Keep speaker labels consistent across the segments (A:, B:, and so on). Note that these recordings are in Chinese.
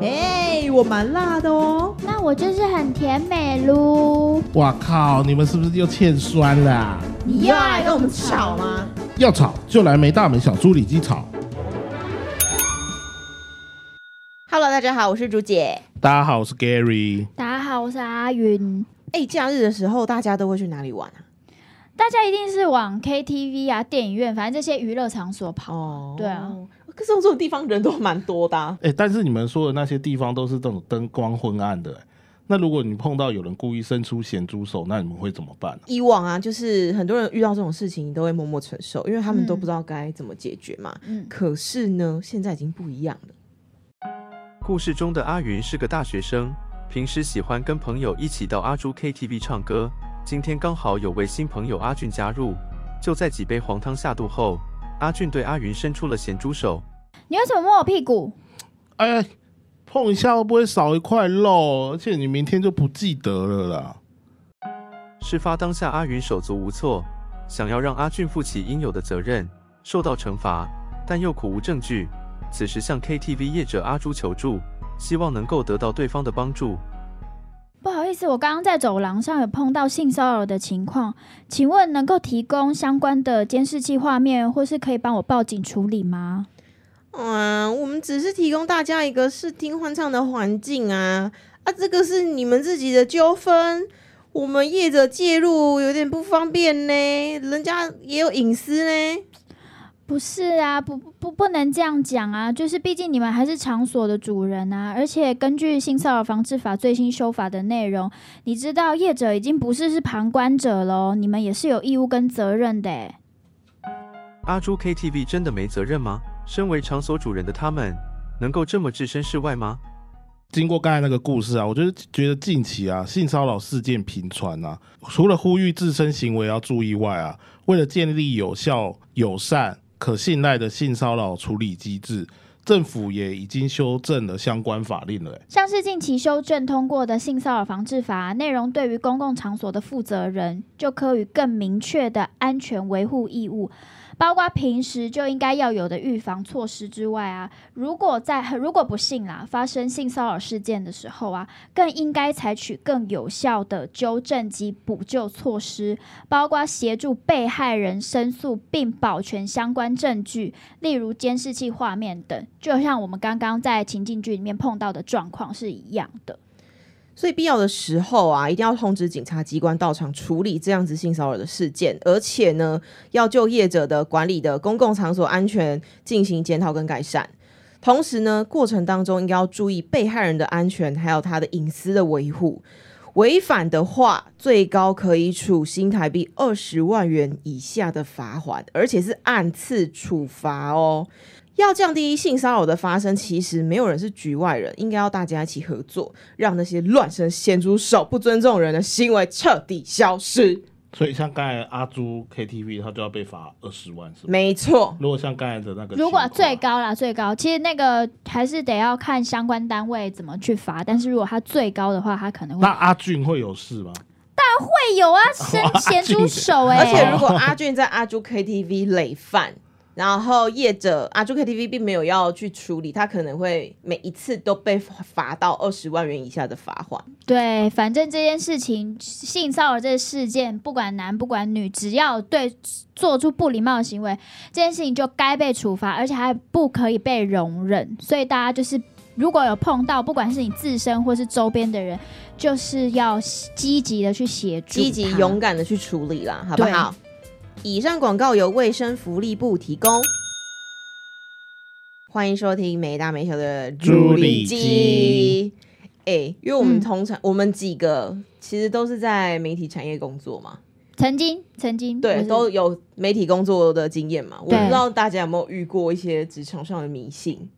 A: 哎、我蛮辣的哦。
B: 那我就是很甜美噜。
C: 哇靠！你们是不是又欠酸啦、
A: 你又要来跟我们吵吗？
C: 要吵就来没大门小猪里鸡吵。
A: ？Hello，大家好，我是竹姐。
C: 大家好，我是 Gary。
B: 大家好，我是阿云。
A: 哎、假日的时候大家都会去哪里玩啊？
B: 大家一定是往 KTV 啊、电影院，反正这些娱乐场所跑。
A: 哦
B: 对啊，
A: 可是我这种地方人都蛮多的啊、
C: 哎、但是你们说的那些地方都是这种灯光昏暗的、哎那如果你碰到有人故意伸出咸猪手，那你们会怎么办呢、
A: 以往啊，就是很多人遇到这种事情都会默默承受，因为他们都不
B: 嗯
A: 知道该怎么解决嘛。
B: 嗯，
A: 可是呢，现在已经不一样了。
D: 故事中的阿云是个大学生，平时喜欢跟朋友一起到阿朱 KTV 唱歌。今天刚好有位新朋友阿俊加入，就在几杯黄汤下肚后，阿俊对阿云伸出了咸猪手。
B: 你为什么摸我屁股？
C: 哎，碰一下会不会少一块肉？而且你明天就不记得了啦。
D: 事发当下，阿云手足无措，想要让阿俊负起应有的责任，受到惩罚，但又苦无证据。此时向 KTV 业者阿朱求助，希望能够得到对方的帮助。
B: 不好意思，我刚刚在走廊上有碰到性骚扰的情况，请问能够提供相关的监视器画面，或是可以帮我报警处理吗？
A: 嗯，我们只是提供大家一个视听欢唱的环境啊啊，这个是你们自己的纠纷，我们业者介入有点不方便呢，人家也有隐私呢。
B: 不是啊，不不不能这样讲啊！就是毕竟你们还是场所的主人啊，而且根据性骚扰防治法最新修法的内容，你知道业者已经不是是旁观者喽，你们也是有义务跟责任的欸。
D: 阿朱 KTV 真的没责任吗？身为场所主人的他们，能够这么置身事外吗？
C: 经过刚才那个故事啊，我就是觉得近期啊性骚扰事件频传啊，除了呼吁自身行为要注意外啊，为了建立有效、友善、可信赖的性骚扰处理机制，政府也已经修正了相关法令了、欸。
B: 像是近期修正通过的性骚扰防治法，内容对于公共场所的负责人就科予更明确的安全维护义务，包括平时就应该要有的预防措施之外啊，如果在如果不幸啦发生性骚扰事件的时候啊，更应该采取更有效的纠正及补救措施，包括协助被害人申诉并保全相关证据，例如监视器画面等，就像我们刚刚在情境剧里面碰到的状况是一样的。
A: 所以必要的时候啊，一定要通知警察机关到场处理这样子性骚扰的事件，而且呢，要就业者的管理的公共场所安全进行检讨跟改善。同时呢，过程当中应该要注意被害人的安全，还有他的隐私的维护。违反的话，最高可以处新台币二十万元以下的罚款，而且是按次处罚哦。要降低性骚扰的发生，其实没有人是局外人，应该要大家一起合作，让那些乱伸咸猪手、不尊重人的行为彻底消失。
C: 所以像刚才阿朱 KTV，他就要被罚二十万，是吗？
A: 没错，
C: 如果像刚才的那个情况，
B: 如果最高啦，最高，其实那个还是得要看相关单位怎么去罚。但是如果他最高的话，他可能会
C: 那阿俊会有事吗？
B: 会有啊，伸咸猪手哎、
A: 而且如果阿俊在阿朱 KTV 累犯，然后业者阿朱 KTV 并没有要去处理，他可能会每一次都被罚到二十万元以下的罚款。
B: 对，反正这件事情，性骚扰这个事件，不管男不管女，只要对做出不礼貌的行为，这件事情就该被处罚，而且还不可以被容忍。所以大家就是，如果有碰到，不管是你自身或是周边的人，就是要积极的去协助他，
A: 积极勇敢的去处理啦，好不
B: 对
A: 好？以上广告由卫生福利部提供。欢迎收听没大没小的
C: 朱
A: 里
C: 里
A: 基
C: 基。
A: 哎、因为我们
B: 嗯
A: 通常、我们几个其实都是在媒体产业工作嘛，
B: 曾经，曾经，我
A: 对，
B: 是
A: 都有媒体工作的经验嘛。我不
B: 嗯对
A: 知道大家有没有遇过一些职场上的迷信，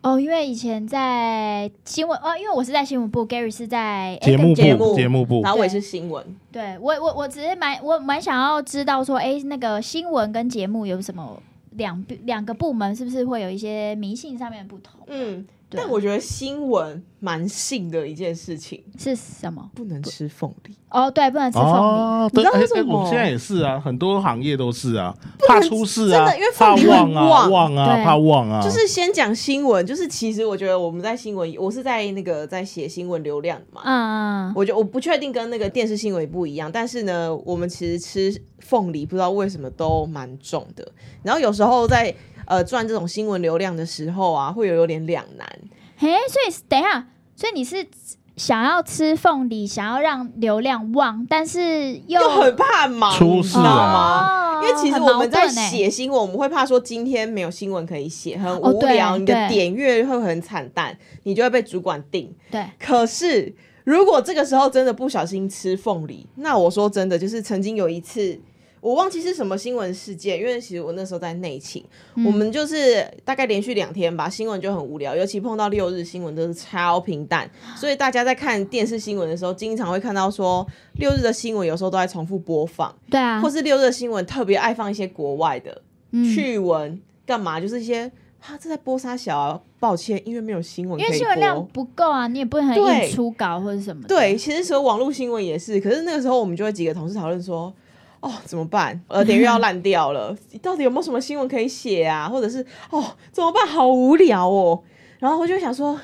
B: 哦，因为以前在新闻，哦，因为我是在新闻部，Gary 是在哎
C: 节目
A: 节目
C: 部，节目部
A: 然，后我也是新闻，
B: 对我我我只是蛮我蛮想要知道说，哎，那个新闻跟节目有什么两两个部门是不是会有一些迷信上面的不同？
A: 嗯，
B: 对啊
A: 但我觉得新闻蛮信的一件事情，
B: 是什么？
A: 不能吃凤梨。
B: 哦，对，不能吃凤梨。
C: 哦，
A: 你
C: 对，
A: 知道
C: 哎
A: 为什
C: 哎
A: 么
C: 我们现在也是啊，很多行业都是啊，怕出事
A: 真
C: 啊
A: 的因为，
C: 怕
A: 凤梨
C: 忘
A: 会
C: 啊，
A: 旺
C: 忘啊，
B: 对
C: 怕忘啊，
A: 就是先讲新闻，就是其实我觉得我们在新闻，我是在那个在写新闻流量嘛，
B: 嗯，嗯
A: 我觉得我不确定跟那个电视新闻也不一样，但是呢，我们其实吃凤梨不知道为什么都蛮重的，然后有时候在呃赚这种新闻流量的时候啊，会有有点两难。
B: 嗯嘿，所以等一下，所以你是想要吃凤梨，想要让流量旺，但是又
A: 就很怕忙，
C: 出
A: 你
C: 事
A: 知
C: 啊
A: 道吗？
B: 哦
A: 因为其实
B: 很矛
A: 我们在
B: 盾欸
A: 写新闻，我们会怕说今天没有新闻可以写，很
B: 哦
A: 无聊，
B: 对
A: 你的
B: 对
A: 点阅会很惨淡，你就会被主管定。
B: 对
A: 可是如果这个时候真的不小心吃凤梨，那我说真的，就是曾经有一次。我忘记是什么新闻事件，因为其实我那时候在内勤，
B: 嗯
A: 我们就是大概连续两天吧，新闻就很无聊，尤其碰到六日新闻都是超平 淡，所以大家在看电视新闻的时候，经常会看到说六日的新闻有时候都在重复播放，
B: 对啊，
A: 或是六日的新闻特别爱放一些国外的
B: 嗯
A: 趣闻，干嘛？就是一些啊，这在播沙小啊，抱歉，因为没有新闻可以
B: 因
A: 播，
B: 为新闻量不够啊，你也不能
A: 对
B: 硬出稿或者什么的。
A: 对，其实所有网络新闻也是，可是那个时候我们就会几个同事讨论说，哦，怎么 办？呃，点阅要烂掉了，到底有没有什么新闻可以写啊？或者是哦，怎么办？好无聊哦。然后我就想说，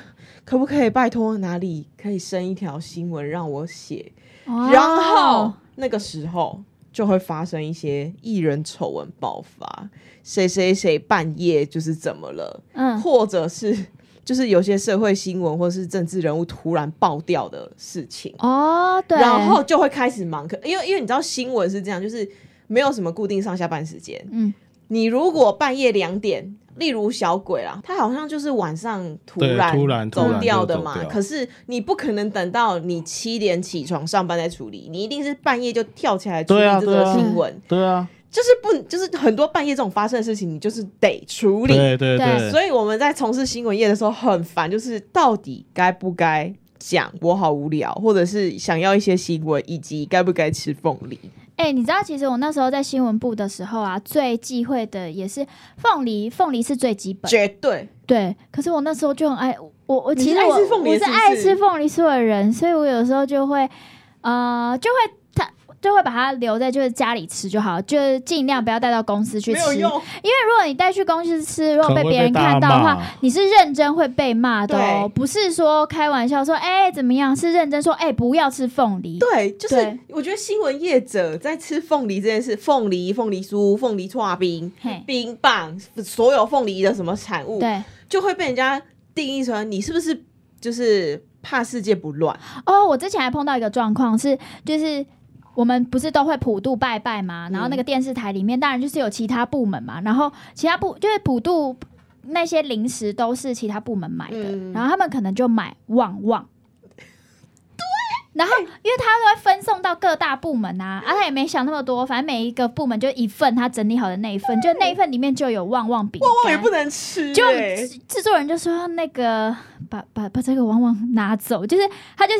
A: 可不可以拜托哪里可以生一条新闻让我写？
B: 哦，
A: 然后那个时候就会发生一些艺人丑闻爆发，谁谁谁半夜就是怎么了，
B: 嗯，
A: 或者是。就是有些社会新闻或是政治人物突然爆掉的事情，
B: 哦，对，
A: 然后就会开始忙。可因为因为你知道新闻是这样，就是没有什么固定上下班时间。
B: 嗯，
A: 你如果半夜两点，例如小鬼啦，他好像就是晚上突
C: 对
A: 然
C: 突然
A: 走
C: 突然
A: 掉
C: 就
A: 的
C: 走
A: 嘛。
C: 掉
A: 可是你不可能等到你七点起床上班再处理，你一定是半夜就跳起来处理
C: 对啊
A: 这
C: 对啊
A: 则新闻。
C: 对啊，
A: 就是不就是很多半夜这种发生的事情，你就是得处理。
C: 对对
B: 对
A: 所以我们在从事新闻业的时候很烦，就是到底该不该讲我好无聊，或者是想要一些新闻，以及该不该吃凤梨。
B: 哎、你知道，其实我那时候在新闻部的时候啊，最忌讳的也是凤梨，凤梨是最基本，
A: 绝对，
B: 对。可是我那时候就很爱我，我其
A: 你
B: 实
A: 是
B: 我
A: 爱吃凤梨
B: 我是
A: 是不是
B: 爱吃凤梨酥的人，所以我有时候就会，呃，就会它就会把它留在就是家里吃就好，就是尽量不要带到公司去
A: 没有
B: 吃，因为
A: 用。
B: 如果你带去公司吃，如
C: 可
B: 果
C: 能
B: 被
C: 会
B: 别人
C: 大家
B: 看到的话
C: 骂，
B: 你是认真会被骂的、哦
A: 对，
B: 不是说开玩笑说哎、怎么样，是认真说哎、不要吃凤梨，
A: 对，就是
B: 对
A: 我觉得新闻业者在吃凤梨这件事，凤梨、凤梨酥、凤梨串冰
B: 嘿、
A: 冰棒，所有凤梨的什么产物，
B: 对。
A: 就会被人家定义成你是不是就是怕世界不乱？
B: 哦，我之前还碰到一个状况是，就是我们不是都会普渡拜拜
A: 嗯
B: 嘛，然后那个电视台里面当然就是有其他部门嘛，然后其他部就是普渡那些零食都是其他部门买的，
A: 嗯
B: 然后他们可能就买旺旺。然后，因为他都会分送到各大部门啊，啊，他也没想那么多，反正每一个部门就一份他整理好的那一份，就那一份里面就有旺旺饼干，
A: 旺旺也不能吃、
B: 就
A: 欸，
B: 制制作人就说那个把把把这个往往拿走，就是他就是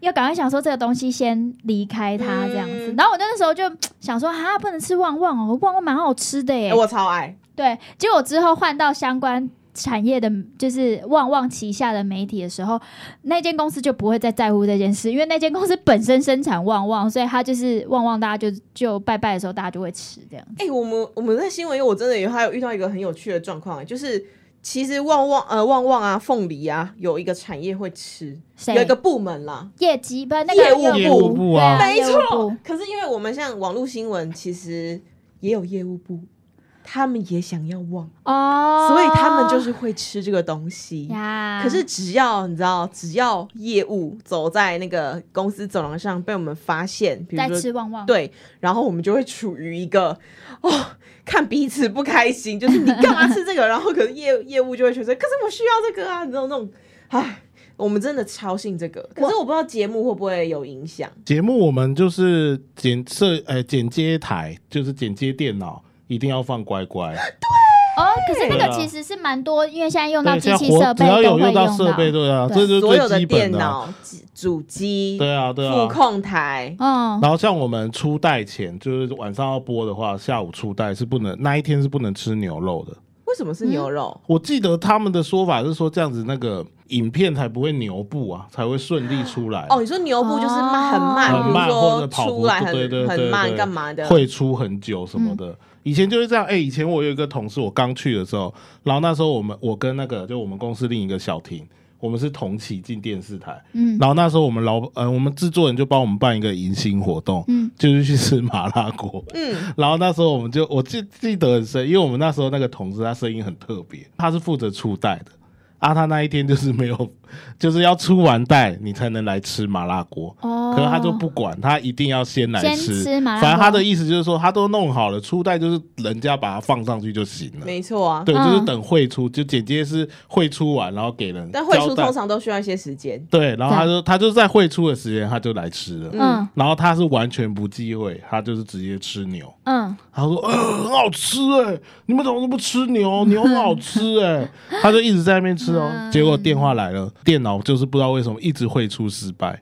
B: 要赶快想说这个东西先离开他这样子。
A: 嗯
B: 然后我就那时候就想说哈不能吃旺旺哦，旺旺蛮好吃的耶。
A: 欸我超爱。
B: 对，结果之后换到相关。产业的，就是旺旺旗下的媒体的时候，那间公司就不会再在乎这件事，因为那间公司本身生产旺旺，所以它就是旺旺，大家就就拜拜的时候，大家就会吃这样。
A: 哎、我们我们在新闻业，我真的有还有遇到一个很有趣的状况、哎就是其实旺旺呃旺旺啊、凤梨啊，有一个产业会吃，
B: 谁
A: 有一个部门啦。
B: 业绩不是那
A: 业
B: 个
A: 务部
B: 业
C: 业务部
B: 对
C: 啊
B: 啊，
A: 没
B: 业务部
A: 错，可是因为我们像网络新闻，其实也有业务部，他们也想要旺，
B: 哦，
A: 所以他们就是会吃这个东西。
B: 呀。
A: 可是只要你知道，只要业务走在那个公司走廊上被我们发现，比如
B: 在
A: 说
B: 吃旺旺，，
A: 对，然后我们就会处于一个哦，看彼此不开心，就是你干嘛吃这个？然 后可能业业务就会觉得，可是我需要这个啊，你知道那种，唉，我们真的超信这个，可是我不知道节目会不会有影响。
C: 节目我们就是剪摄，呃，剪接台就是剪接电脑，一定要放乖乖。
B: 哦，可是那
C: 对啊
B: 个其实是蛮多，因为现在用到
C: 对，
B: 机
C: 像
B: 器
C: 活
B: 设
C: 只
B: 备
C: 要
B: 都
C: 有
B: 会
C: 用
B: 用到
C: 到设备，对啊，
B: 对
C: 这就是
A: 所
C: 最
A: 有的
C: 基
A: 电
C: 本的啊。
A: 脑、机主机、
C: 对啊，对
A: 副
C: 啊。
A: 控台，
B: 嗯，
C: 然后像我们出带前，就是晚上要播的话，下午出带是不能那一天是不能吃牛肉的，
A: 为什么是牛肉？
C: 我记得他们的说法是说，这样子那个影片才不会牛步啊，才会顺利出来。
A: 哦，你说牛步就是慢很慢，
B: 哦
A: 比
C: 很
A: 如
C: 慢或者
A: 说
C: 跑
A: 出
C: 步
A: 来很
C: 对对对
A: 很
C: 对
A: 慢
C: 对
A: 干嘛的？
C: 会出很久什么的。以前就是这样，哎、以前我有一个同事，我刚去的时候，然后那时候我们我跟那个就我们公司另一个小婷，我们是同期进电视台，
B: 嗯
C: 然后那时候我们老呃我们制作人就帮我们办一个迎新活动，
B: 嗯
C: 就是去吃麻辣锅，
A: 嗯，
C: 然后那时候我们就我记记得很深，因为我们那时候那个同事他声音很特别，他是负责出带的。啊，他那一天就是没有，就是要出完带你才能来吃麻辣锅。
B: 哦，
C: 可是他就不管，他一定要先来
B: 先
C: 吃。
B: 吃麻辣
C: 反正他
B: 锅
C: 的意思就是说，他都弄好了，初代就是人家把它放上去就行了。
A: 没错啊。
C: 对，
B: 嗯
C: 就是等会出，就剪接是会出完，然后给人
A: 但会出
C: 交代
A: 通常都需要一些时间。
C: 对，然后他就他就在会出的时间他就来吃了，
B: 嗯
C: 然后他是完全不忌讳，他就是直接吃牛。
B: 嗯
C: 他说：“呃，很好吃哎、你们怎么都不吃 牛？牛很好吃哎、他就一直在那边吃
B: 嗯
C: 哦。结果电话来了，电脑就是不知道为什么一直会出失 败，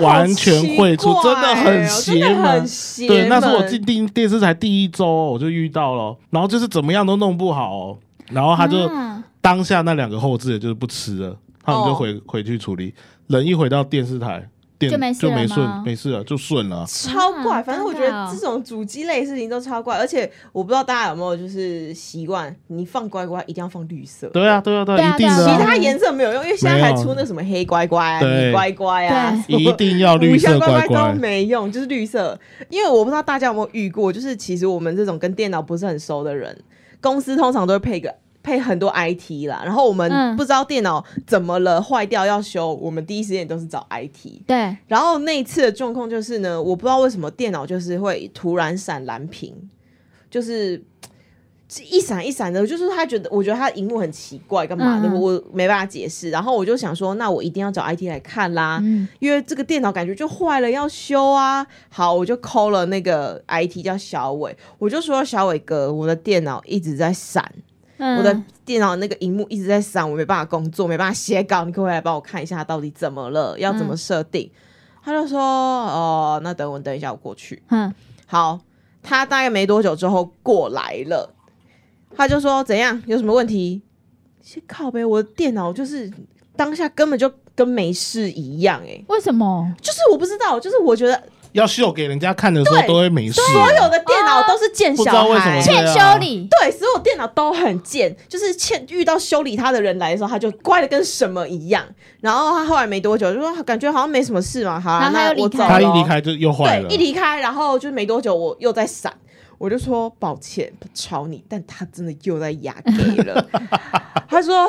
A: 好
C: 完全会出，
A: 奇怪
C: 真的很
A: 哦
C: 邪
A: 真的
C: 门
A: 很。邪
C: 对，那是我
A: 门
C: 进电电视台第一周哦、我就遇到了哦，然后就是怎么样都弄不好、哦，然后他
A: 嗯
C: 就、
B: 啊
C: 当下那两个后置的就是不吃了，他们
B: 哦
C: 就回、回去处理。人一回到电视台，电
B: 就没事
C: 就没
B: 了吗
C: 顺，没事了，就顺了。
A: 超怪，
B: 啊
A: 反正
B: 尴
A: 我觉得
B: 尬
A: 这种主机类的事情都超怪，而且我不知道大家有没有就是习惯，你放乖乖一定要放绿色，
C: 对啊，对啊，对
B: 对啊
C: 一定
A: 其
C: 的、
B: 对啊
A: 他颜色没有用，因为现在还
C: 没有
A: 出那什么黑乖乖啊、
C: 对
A: 米乖乖啊，
B: 对
C: 一定要绿 色
A: 五香
C: 乖
A: 乖都没用，就是绿色。因为我不知道大家有没有遇过，就是其实我们这种跟电脑不是很熟的人，公司通常都会配个。配很多 IT 啦，然后我
B: 嗯
A: 们不知道电脑怎么了坏掉要修，我们第一时间也都是找 IT。
B: 对，
A: 然后那一次的状况就是呢，我不知道为什么电脑就是会突然闪蓝屏，就是嘖一闪一闪的，就是他觉得我觉得他的荧幕很奇怪，干嘛的？
B: 嗯嗯
A: 我没办法解释。然后我就想说，那我一定要找 IT 来看啦，
B: 嗯
A: 因为这个电脑感觉就坏了，要修啊。好，我就 call 了那个 IT 叫小伟，我就说小伟哥，我的电脑一直在闪，
B: 嗯
A: 我的电脑那个荧幕一直在闪，我没办法工作，没办法写稿，你可不可以来帮我看一下到底怎么了，要怎么设定？他就说，哦、那等我等一下，我过去。
B: 嗯
A: 好，他大概没多久之后过来了，他就说怎样，有什么问题？其实靠呗，我的电脑就是当下根本就跟没事一样、欸，
B: 为什么？
A: 就是我不知道，就是我觉得
C: 要秀给人家看的时候
A: 对
C: 都会没事。啊
A: 所有的电脑都是贱
C: 不知
A: 小
C: 道为什
A: 孩
C: 么，
B: 欠修理，
A: 对，啊所有电脑都很贱，就是欠遇到修理他的人来的时候，他就乖的跟什么一样。然后他后来没多久就说，感觉好像没什么事嘛，好、啊，
B: 然后他
A: 那
B: 又离
A: 我
B: 开
A: 走
C: 他一
A: 咯
C: 离，开就又坏了
A: 对，一。离开，然后就没多久我又在闪，我就说抱歉吵你，但他真的又在压给了。他说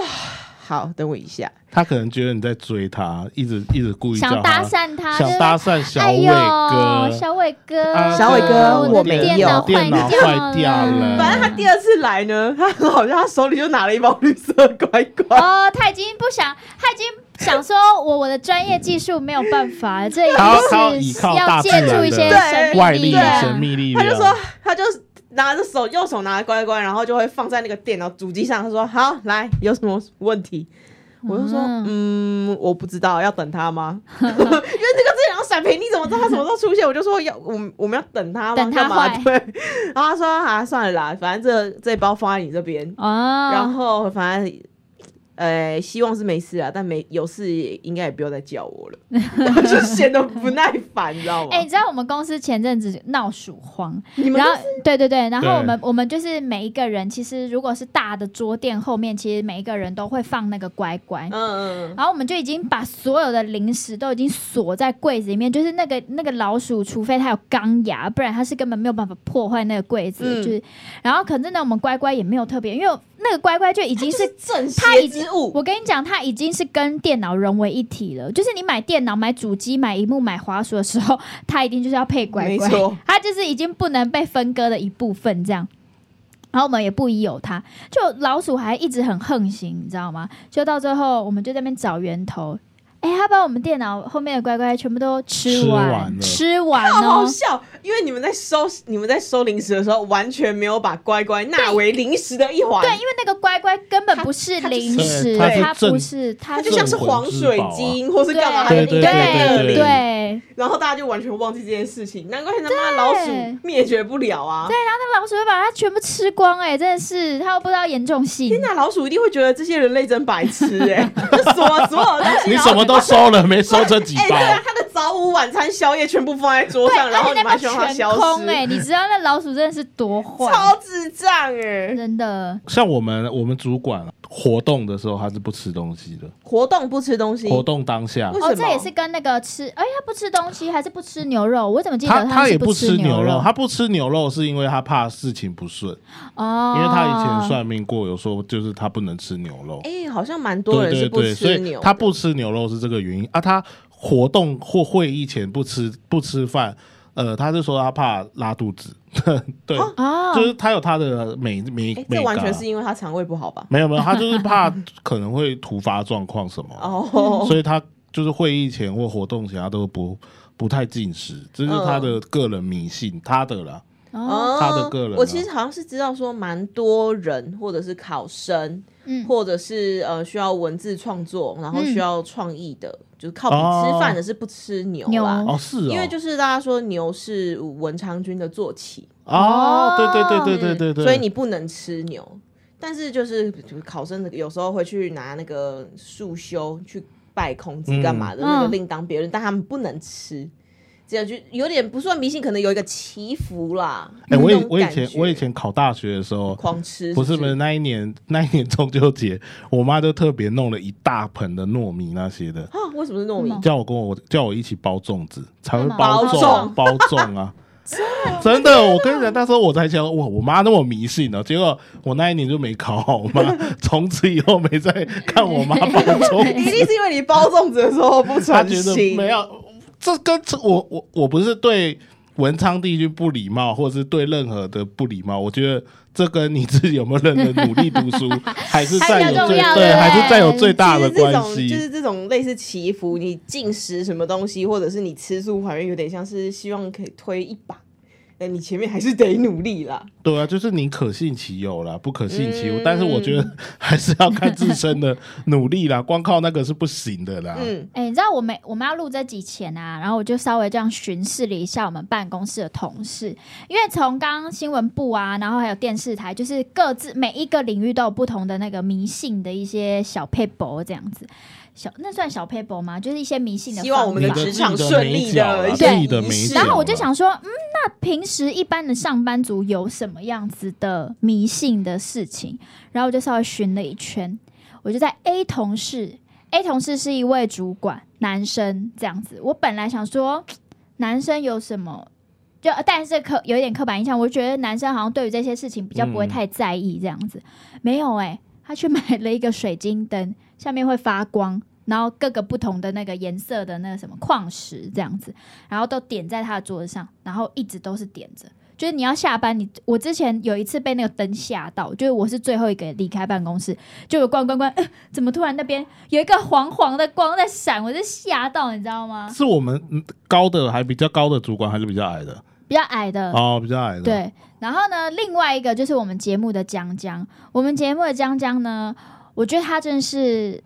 A: 好，等我一下。
C: 他可能觉得你在追他，一直一直故意叫
B: 想搭
C: 他，
B: 讪他，
C: 想
B: 就是
C: 搭讪小
B: 哎
C: 伟
B: 呦，
C: 哥。
B: 小伟
C: 啊
B: 哥，
A: 小伟哥
B: 我
A: 我
B: 的
A: 没
B: 电
A: 有
B: 脑
C: 电脑
B: 坏嗯
C: 坏掉了
A: 反正他第二次来呢，他很好笑，他手里就拿了一包绿色乖 乖。
B: 哦，他已经不想，他已经想说我我的专业技术没有办法，这
C: 他他
B: 也
C: 倚
B: 是
C: 靠
B: 要
C: 大自然
B: 借
C: 的
B: 助一些
A: 对
B: 神
C: 外
B: 秘
C: 力、
A: 对
B: 量
C: 神秘力
A: 他
C: 量，
A: 就说，他就拿着手，右手拿着乖乖，然后就会放在那个电脑主机上。他说：“好，来，有什么问题？”我就说：“嗯，我不知道，要等他 吗？因为那个这两个闪屏，你怎么知道他什么时候出现？”我就说：“要我们我们要等他吗？
B: 等他
A: 干嘛
B: 坏
A: 对。”然后他说：“啊，算了啦，反正这这包放在你这边，
B: 哦，
A: 然后反正。”呃，希望是没事啊，但没有事应该也不要再叫我 了，然后就显得不耐烦，你知道吗？
B: 哎、你知道我们公司前阵子闹鼠荒，
A: 你们
B: 然
A: 都
B: 后对对对，然后
C: 对
B: 我们我们就是每一个人，其实如果是大的桌垫后面，其实每一个人都会放那个乖乖。
A: 嗯嗯
B: 然后我们就已经把所有的零食都已经锁在柜子里面，就是那个那个老鼠，除非它有钢牙，不然它是根本没有办法破坏那个柜子。
A: 嗯
B: 就是，然后可是呢，我们乖乖也没有特别，因为那个乖乖就已经
A: 嗯，
B: 是
A: 正
B: 他已
A: 邪
B: 经
A: 之物，
B: 我跟你讲，它已经是跟电脑融为一体了。就是你买电脑、买主机、买荧幕、买滑鼠的时候，它一定就是要配乖乖
A: 没错，
B: 它就是已经不能被分割的一部分这样。然后我们也不疑有它，就老鼠还一直很横行，你知道吗？就到最后，我们就在那边找源头。哎，它把我们电脑后面的乖乖全部都吃
C: 吃
B: 完
C: 完，了
B: 吃完
A: 好好
B: 哦。
A: 笑，因为你们在收你们在收零食的时候，完全没有把乖乖纳为零食的一环。
B: 对，因为那个乖乖根本
A: 它
B: 不是
A: 它就是
B: 零食，
C: 对
B: 它
C: 它是
B: 不
C: 正
B: 是，它
A: 它就
B: 正
A: 像是黄水晶或是干嘛
C: 对
A: 的，
C: 对
A: 应该在那
C: 对
A: 里
C: 对
B: 对，
A: 然后大家就完全忘记这件事情，难怪他妈老鼠灭绝不了啊！
B: 那老鼠会把它全部吃光、哎，真的是，它又不知道严重性
A: 天。哪，老鼠一定会觉得这些人类真白痴哎、 就所所有的东西，
C: 你
A: 然后
C: 什么都收了，没收这 几
A: 哎、
C: 包
A: 对。啊，他的早午晚餐宵夜全部放在桌
B: 对，
A: 上，然后
B: 而且
A: 你
B: 那
A: 们还
B: 边
A: 希望它
B: 全
A: 消
B: 空
A: 失，
B: 哎、你知道那老鼠真的是多坏，
A: 超智障哎、
B: 真的。
C: 像我们我们主管啊活动的时候，他是不吃东西的。
A: 活动不吃东西，
C: 活动当下
A: 为，什么
B: 哦，这也是跟那个吃，哎、他不吃东西，还是不吃牛肉？我怎么记得
C: 他
B: 们
C: 也
B: 是不
C: 吃
B: 牛
C: 肉，他不吃牛肉是因为他怕事情不顺，
B: 哦，
C: 因为他以前算命过，有说就是他不能吃牛肉。
A: 哎、好像蛮多
C: 对
A: 人是
C: 对
A: 不
C: 对，所
A: 吃
C: 以
A: 牛，
C: 他不吃牛肉是这个原因啊。他活动或会议前不吃不吃饭，呃，他是说他怕拉肚子，对，
B: 哦，
C: 就是他有他的美美
A: 哎、
C: 美
A: 这完
C: 感啊
A: 全是因为他肠胃不好吧？
C: 没有没有，他就是怕可能会突发状况什么，
A: 哦，
C: 所以他就是会议前或活动前他都不不太进食，这是他的个人迷信，他的啦。
B: 哦，
A: 哦
C: 他的个人啊
A: 我其实好像是知道说，蛮多人或者是考生，
B: 嗯，
A: 或者是呃需要文字创作，然后需要创意的，就是靠笔
C: 哦
A: 吃饭的是不吃牛啦。
B: 牛
C: 哦，是哦，
A: 因为就是大家说牛是文昌君的坐骑，
C: 哦，对对对对对对对，
A: 所以你不能吃牛。但是就是就是考生的有时候会去拿那个束修去拜孔子干嘛的，
B: 嗯
A: 那个
B: 嗯
A: 另当别论，但他们不能吃，这样就有点不算迷信，可能有一个祈福啦。
C: 哎、我
A: 那
C: 以
A: 种
C: 我以
A: 感
C: 前
A: 觉
C: 我以前考大学的时候，
A: 狂吃
C: 不是
A: 是
C: 不是那一年 那一年中秋节，我妈就特别弄了一大盆的糯米那些的，
A: 啊？为什么是糯米
B: 什？么
C: 叫我跟我叫我一起包粽子，才会
B: 干嘛
C: 包粽包 粽啊。真的，我跟你讲，那时候我才想，哇，我妈那么迷信呢、结果我那一年就没考好，我妈从此以后没再看我妈包粽
A: 一
C: 子，
A: 定是因为你包粽子的时候不
C: 她
A: 诚
C: 觉得
A: 心
C: 没。有，这跟这我我我不是对文昌帝君不礼貌，或者是对任何的不礼貌，我觉得这跟你自己有没有认真努力读书，还是
B: 还
C: 占
B: 是
C: 有
B: 重
C: 最
B: 要
C: 对，
B: 的
C: 还是占有最大
A: 就
C: 的
A: 是这
C: 关
A: 种
C: 系。
A: 就是这种类似祈福，你进食什么东西，或者是你吃素怀孕，有点像是希望可以推一把。那你前面还是得努力啦。
C: 对啊，就是你可信其有啦，不可信其无。但是我觉得还是要看自身的努力啦， 光靠那个是不行的啦。
A: 嗯，
B: 哎、你知道我们我们要录这集前啊，然后我就稍微这样巡视了一下我们办公室的同事，因为从刚刚新闻部啊，然后还有电视台，就是各自每一个领域都有不同的那个迷信的一些小 paper 这样子，小那算小 paper 吗？就是一些迷信的
A: 希望
B: 方
A: 我们的
B: 法
A: 职场顺利
C: 啊
A: 的一
B: 对
A: 些
C: 你的
A: 仪
C: 美
A: 式
C: 角
B: 然后我就想说，嗯，那平时一般的上班族有什么样子的迷信的事情？然后我就稍微寻了一圈，我就在 A 同事，A 同事是一位主管，男生这样子。我本来想说，男生有什么？就但是刻有一点刻板印象，我觉得男生好像对于这些事情比较不会
C: 嗯
B: 太在意这样子。没有哎、他去买了一个水晶灯，下面会发光，然后各个不同的那个颜色的那个什么矿石这样子，然后都点在他的桌子上，然后一直都是点着。就是你要下班，你我之前有一次被那个灯吓到，就是我是最后一个离开办公室，就有关关关，呃怎么突然那边有一个黄黄的光在闪，我就吓到，你知道吗？
C: 是我们嗯高的还比较高的主管，还是比较矮的？
B: 比较矮的，
C: 哦，比较矮的。，
B: 嗯对，然后呢，另外一个就是我们节目的江江，我们节目的江江呢，我觉得她真是。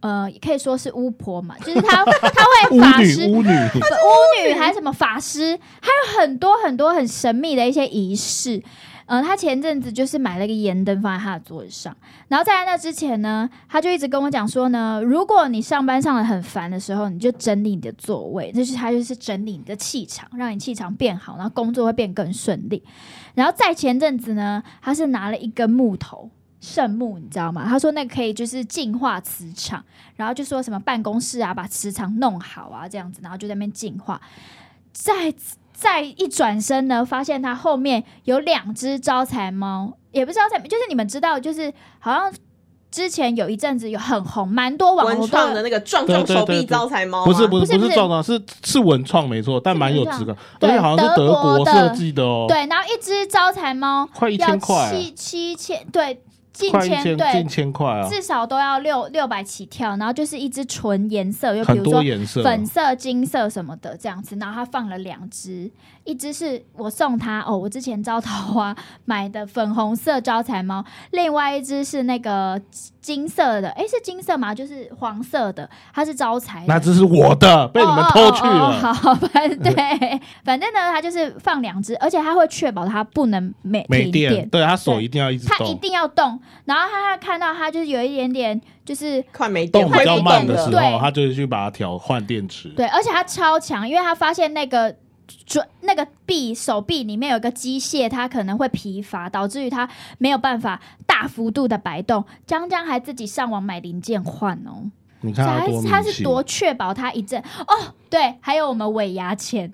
B: 呃，也可以说是巫婆嘛，就是 她，她会
C: 巫
B: 法
C: 女，
B: 师、
C: 巫女，
B: 巫女，还有什么法师，还有很多很多很神秘的一些仪式。呃，她前阵子就是买了一个盐灯放在她的桌子上，然后在那之前呢，她就一直跟我讲说呢，如果你上班上的很烦的时候，你就整理你的座位，就是她就是整理你的气场，让你气场变好，然后工作会变更顺利。然后在前阵子呢，他是拿了一根木头。圣木，你知道吗？他说那个可以就是净化磁场，然后就说什么办公室啊，把磁场弄好啊，这样子，然后就在那边净化。再再一转身呢，发现他后面有两只招财猫，也不是招财，就是你们知道，就是好像之前有一阵子有很红，蛮多网
A: 文
B: 红
A: 创的
B: 都
A: 那个撞撞
C: 对对
A: 手
C: 对
A: 臂
C: 对
A: 招财猫吗，啊
C: 不是不
B: 哦不
C: 是
B: 是
C: 不
B: 不
C: 是
B: 是
C: 撞到，是是文创没错，但蛮有质感，而
B: 对
C: 且好像是
B: 德国
C: 国
B: 的
C: 设计的哦，
B: 对，然后一只招财猫
C: 快一
B: 要
C: 千块啊，
B: 七七千，对，近
C: 快一
B: 千
C: 千
B: 对
C: 近千块啊，
B: 至少都要六六百起跳，然后就是一支纯颜色，就比
C: 很
B: 如
C: 多
B: 说
C: 颜色，
B: 粉色、金色什么的这样子，然后他放了两支，一只是我送他哦，我之前招桃花买的粉红色招财猫，另外一只是那个金色的，诶，是金色吗？就是黄色的，它是招财的，
C: 那只是我的，被你们偷
B: 哦
C: 去
B: 哦
C: 了。
B: 哦哦 好，反正对，反正呢，它就是放两只，而且它会确保它不能没
C: 没
B: 停电，
C: 电，对他手一定要一直
B: 它一
C: 动，
B: 定要动。然后他看到它就是有一点点，就是
A: 快没电，
C: 动比
A: 快
C: 较
A: 没
C: 慢
A: 电
C: 的时
A: 了。
C: 候，
B: 对
C: 他就去把它调换电池。
B: 对，而且它超强，因为它发现那个。准那个臂手臂里面有一个机械，它可能会疲乏，导致于它没有办法大幅度的摆动。江江还自己上网买零件换哦，
C: 你看他
B: 他
C: 多
B: 他
C: 迷
B: 是
C: 信，
B: 多确保它一阵哦，对，还有我们尾牙前，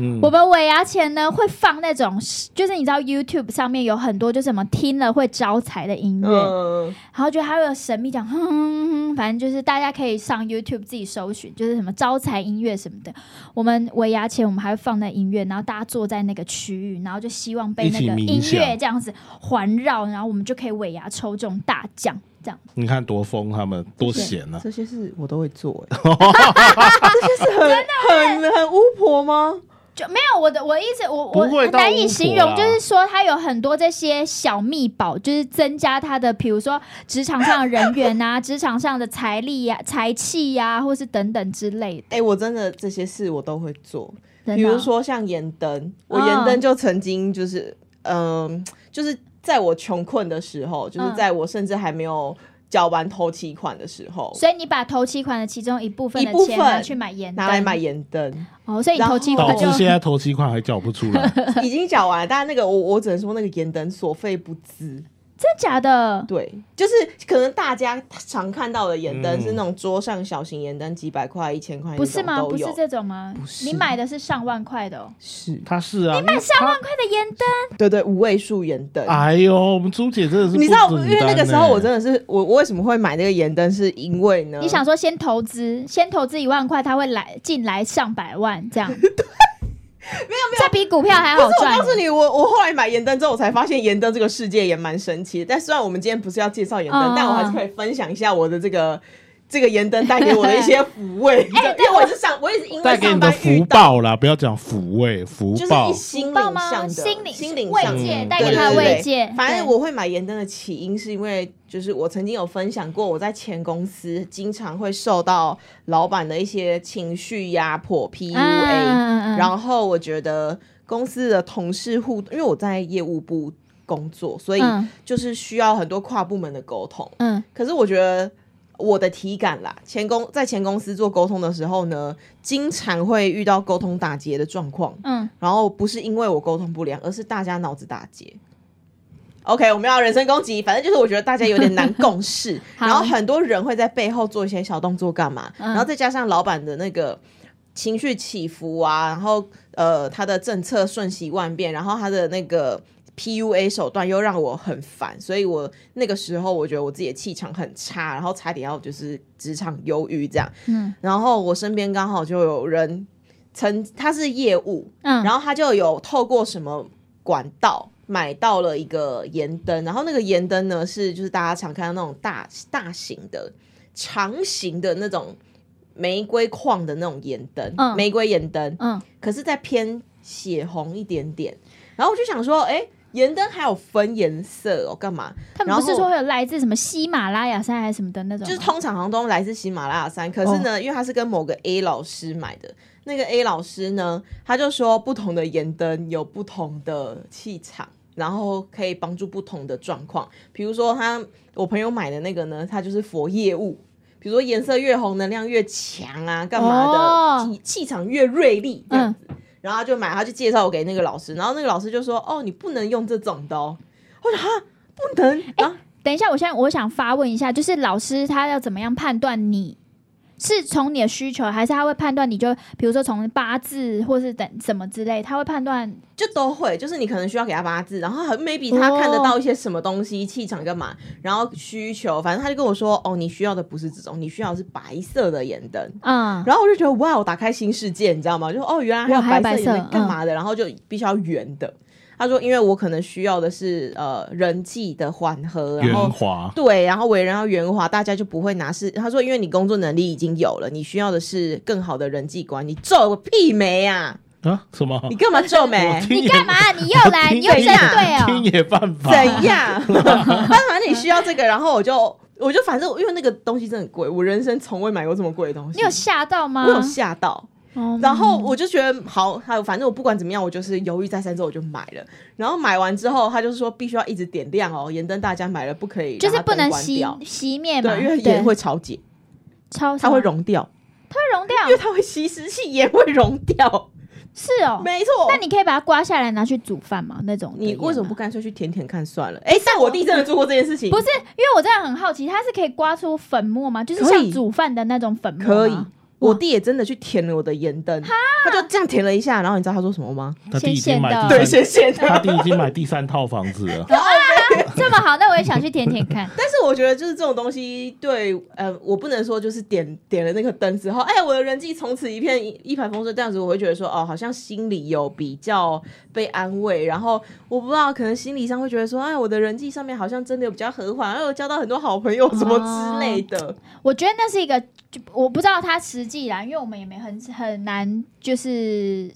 C: 嗯
B: 我们尾牙前呢会放那种，就是你知道 YouTube 上面有很多就什么听了会招财的音乐，
A: 嗯，
B: 然后就还会有神秘讲，哼哼哼哼，反正就是大家可以上 YouTube 自己搜寻，就是什么招财音乐什么的。我们尾牙前我们还会放那音乐，然后大家坐在那个区域，然后就希望被那个
C: 一
B: 音
C: 起冥想
B: 乐这样子环绕，然后我们就可以尾牙抽中大奖，这样
C: 你看多疯，他们多闲啊！
A: 这些事我都会做、 欸，这些是很很很巫婆吗？
B: 就没有我的我一直我
C: 不
B: 我
C: 会到
B: 难
C: 巫
B: 以
C: 婆
B: 形容，
C: 啦
B: 就是说它有很多这些小秘宝，就是增加他的，比如说职场上的人缘啊，职场上的财力呀、财气呀、或是等等之类的。
A: 哎、我真的这些事我都会做，
B: 真的
A: 比如
B: 哦
A: 说像盐灯，我
B: 嗯
A: 盐灯就曾经就是，嗯、就是在我穷困的时候，就是
B: 嗯
A: 在我甚至还没有交完头期款的时候，
B: 所以你把头期款的其中一部分的
A: 一部分
B: 钱拿去买盐
A: 拿来买盐灯，
B: 哦，所以你头期
C: 导
B: 款就
C: 致现在头期款还缴不出 来，
A: 已经缴完了，但那个我我只能说那个盐灯所费不赀。
B: 真假的
A: 对，就是可能大家常看到的盐灯
C: 嗯
A: 是那种桌上小型盐灯，几百块、一千块那
B: 不
A: 种
B: 是吗？
A: 都
B: 不是
A: 有
B: 这种吗？你买的是上万块的、哦，
A: 是
C: 他是啊，你买上万块，
B: 快的烟灯
A: 对对，五位数盐灯。
C: 哎呦，我们朱姐真的是不
A: 你知道，
C: 简单
A: 因为那个时候我真的
C: 欸
A: 是我，我为什么会买这个盐灯，是因为呢？
B: 你想说先投资，先投资一万块，他会来进来上百 万这样。对，没有没有，这比股票还
A: 不
B: 好
A: 是我
B: 赚。
A: 告诉你，我我后来买盐灯之后，我才发现盐灯这个世界也蛮神奇的。但虽然我们今天不是要介绍盐灯，
B: 嗯
A: 但我还是可以分享一下我的这个这个盐灯带给我的一些抚
B: 哎
A: 慰。你知道因为我也是上，我也是因
C: 带
A: 为
C: 给你
A: 上
C: 的
A: 班遇
C: 福
A: 到，
C: 报啦，不要讲抚慰，福
A: 就是
C: 报
A: 一心
B: 报
A: 灵
B: 吗？
A: 上的
B: 心灵
A: 心灵
B: 慰
A: 上的
B: 藉，
C: 嗯
B: 带给
A: 对
B: 他
A: 对对
B: 慰藉。
A: 反正
B: 对
A: 我会买盐灯的起因是因为，就是我曾经有分享过，我在前公司经常会受到老板的一些情绪啊压迫 PUA，、
B: 嗯嗯嗯
A: 然后我觉得公司的同事互，因为我在业务部工作，所以
B: 嗯
A: 就是需要很多跨部门的沟通。
B: 嗯，
A: 可是我觉得我的体感啦，前公在前公司做沟通的时候呢，经常会遇到沟通打结的状况。
B: 嗯，
A: 然后不是因为我沟通不良，而是大家脑子打结。OK，我们要人身攻击，反正就是我觉得大家有点难共事，
B: 好
A: 然后很多人会在背后做一些小动作干嘛，
B: 嗯
A: 然后再加上老板的那个情绪起伏啊，然后呃他的政策瞬息万变，然后他的那个 PUA 手段又让我很烦，所以我那个时候我觉得我自己的气场很差，然后差点要就是职场忧郁这样，
B: 嗯
A: 然后我身边刚好就有人曾他是业务，
B: 嗯，
A: 然后他就有透过什么管道买到了一个盐灯，然后那个盐灯呢是就是大家常看到那种大大型的、长形的那种玫瑰框的那种盐灯，
B: 嗯
A: 玫瑰盐灯，
B: 嗯
A: 可是再偏血红一点点。然后我就想说，哎，盐灯还有分颜色哦，干嘛？
B: 他们
A: 然
B: 不
A: 后
B: 是说会有来自什么喜马拉雅山还是什么的那种吗，
A: 就是通常好像都来自喜马拉雅山，可是呢，因为他是跟某个 A 老师买的，那个 A 老师呢，他就说不同的盐灯有不同的气场，然后可以帮助不同的状况。比如说他我朋友买的那个呢，它就是佛业务。比如说颜色越红，能量越强啊，干嘛
B: 哦
A: 的？气气场越锐利这样子。然后他就买，他就介绍我给那个老师，然后那个老师就说：“哦，你不能用这种的哦。”我说：“哈，不能。啊然后
B: 等一下，我现在我想发问一下，就是老师他要怎么样判断你是从你的需求，还是他会判断你就比如说从八字或是等什么之类，他会判断
A: 就都会，就是你可能需要给他八字，然后很 maybe 他看得到一些什么东西、气场干嘛，然后需求，反正他就跟我说，哦，你需要的不是这种，你需要的是白色的眼灯。
B: 啊、
A: 然后我就觉得哇，我打开新世界，你知道吗？就哦，原来还
B: 哇还有
A: 有白色眼
B: 白色
A: 灯干嘛的，然后就必须要圆的。他说，因为我可能需要的是呃人际的缓和，然
E: 圆
A: 后
E: 滑，
A: 对，然后为人要圆滑，大家就不会拿是。他说，因为你工作能力已经有了，你需要的是更好的人际关系。你皱个屁眉啊！
E: 啊？什么？
A: 你干嘛皱眉
E: 我？听
B: 你
E: 也
B: 干嘛、啊你又 来，你 又
A: 听
B: 针对
E: 听
B: 哦。
E: 也犯法，
A: 怎样？反正你需要这个，然后我就我就反正因为那个东西真的很贵，我人生从未买过这么贵的东西。
B: 你有吓到吗？
A: 我有吓到，
B: 哦
A: 然后我就觉得好，还有反正我不管怎么样，我就是犹豫再三之后我就买了。然后买完之后，他就是说必须要一直点亮哦，盐灯大家买了不可以，
B: 就是不能熄
A: 熄
B: 熄灭嘛，
A: 对，因为
B: 对
A: 盐会潮解，
B: 超
A: 它会，溶掉，
B: 它会溶掉
A: 因，为它会吸湿气，盐会溶掉，
B: 是哦。
A: 没错。
B: 那你可以把它刮下来拿去煮饭吗？那种的
A: 你
B: 盐
A: 为什么
B: 吗
A: 不干脆去舔舔看算了？哎，但我弟真的做过这件事情，
B: 不是，因为我真的很好奇，它是可以刮出粉末吗？就是
A: 可以
B: 像煮饭的那种粉末吗
A: 可以。我弟也真的去舔了我的盐灯，他就这样舔了一下，然后你知道他说什么吗？
E: 他弟已经买
C: 嗯
E: 第
B: 啊
A: 对，
E: 三，
A: 谢谢他。
E: 他弟已经买第三套房子了。
B: 这么好，那我也想去舔舔看。
A: 但是我觉得就是这种东西对，呃，我不能说就是点点了那个灯之后，哎，我的人际从此一片一一帆风顺，这样子我会觉得说，哦，好像心里有比较被安慰，然后我不知道，可能心理上会觉得说，哎，我的人际上面好像真的有比较和缓，哎，我交到很多好朋友什么之类的，
B: 我觉得那是一个，就我不知道它实际啦，因为我们也没很很难就是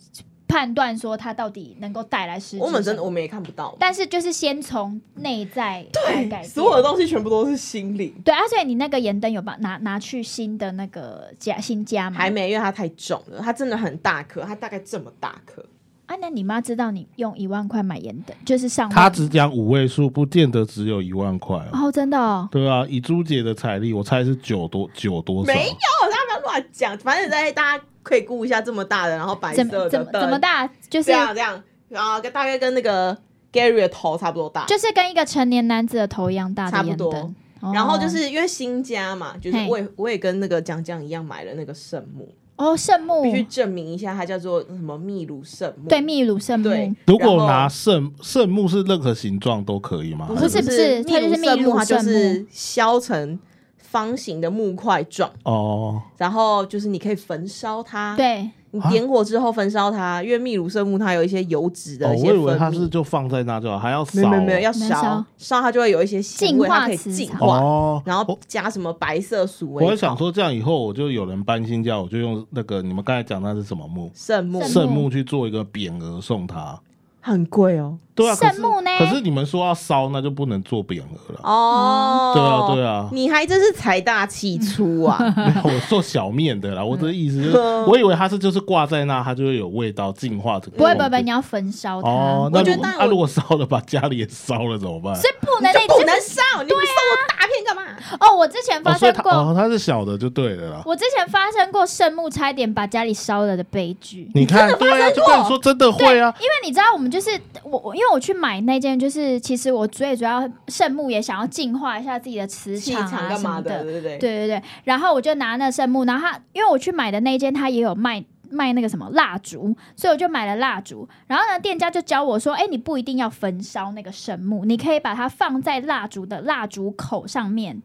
B: 判断说它到底能够带来实际什么。
A: 我们真的我们也看不到，
B: 但是就是先从内在来改变
A: 所有的东西全部都是心理，
B: 对啊，所以你那个盐灯有把拿拿去新的那个家新家吗？
A: 还没，因为它太重了，它真的很大颗，它大概这么大颗，
B: 啊？那你妈知道你用一万块买盐灯，就是上万
C: 他只讲五位数，不见得只有一万块、哦。
B: 哦，真的哦，
C: 对啊，以朱姐的财力，我猜是九多九多少？
A: 没有，大家不要乱讲，反正在大家可以估一下这么大的，然后白色
B: 怎
A: 的
B: 么怎么
A: 灯啊
B: 怎么大？就是
A: 这样这样，然后跟大概跟那个 Gary 的头差不多大。
B: 就是跟一个成年男子的头一样大
A: 差
B: 的
A: 不
B: 盐
A: 多
B: 灯，
A: 然后就
B: 哦
A: 是因为新家嘛，就是
B: 嘿
A: 我也我也跟那个江江一样买了那个圣木，
B: 哦圣木
A: 必，须证明一下它叫做什么秘鲁圣木。
B: 对秘鲁嗯圣
A: 对
B: 木，，
C: 如果
A: 然后
C: 拿圣圣木是任何形状都可以吗？
A: 不
C: 还
B: 是
A: 是
B: 不是
A: 秘
B: 它就是
A: 鲁圣
B: 秘鲁
A: 木，它就
B: 圣木
A: 是削成方形的木块状，
C: 哦，
A: 然后就是你可以焚烧它，
B: 对
A: 你
C: 啊
A: 点火之后焚烧它，因为秘鲁圣木它有一些油脂
C: 哦，
A: 的一些
C: 我以
A: 分
C: 为它是
A: 泌。
C: 就放在那就好，还要
A: 没
C: 烧
A: 有
C: 哦、
A: 没有没有，要
B: 能
A: 烧
B: 烧
A: 烧它就会有一些腥味，
B: 净化
A: 它可以
B: 磁
A: 净
B: 场
A: 化。
C: 哦。
A: 然后
C: 我
A: 加什么白色鼠尾
C: 我也
A: 草
C: 想说，这样以后我就有人搬新家，我就用那个你们刚才讲那是什么木？
A: 圣木
B: 圣木
C: 圣木去做一个匾额送他。
A: 很贵哦。
C: 对啊，可是
B: 圣木呢
C: 可是你们说要烧，那就不能做匾额了。
A: 哦，
C: 对啊，对啊，
A: 你还真是财大气粗啊！
C: 没有我做小面的啦。我这意思就是，我以为它是就是挂在那，它就会有味道净化这个。
B: 不会不会不会，你。要焚烧它，
C: 哦，
A: 我
C: 那
A: 觉得
C: 如
A: 但
C: 那
A: 我
C: 如果烧了，把家里也烧了怎么办？
B: 所以不能
A: 就
B: 那啊
A: 不
B: 就
A: 能
B: 是
A: 上，你不送我大片干嘛？
B: 哦，我之前
C: 哦，
B: 发
C: 所以
B: 生
C: 它
B: 过，
C: 哦，它是小的就对了啦。
B: 我之前发生过圣木差一点把家里烧了的悲剧。
C: 你看，对啊，就跟你说真的会啊，
B: 因为你知道，我们就是我，我因为我去买那件，就是其实我最主要圣木也想要净化一下自己的磁
A: 气
B: 场
A: 场
B: 啊
A: 干
B: 什
A: 嘛
B: 么
A: 的？
B: 的。
A: 对对
B: 对，对对，然后我就拿那圣木，然后它因为我去买的那一间，它也有卖卖那个什么蜡烛，所以我就买了蜡烛。然后呢，店家就教我说，哎，你不一定要焚烧那个圣木，你可以把它放在蜡烛的蜡烛口上面，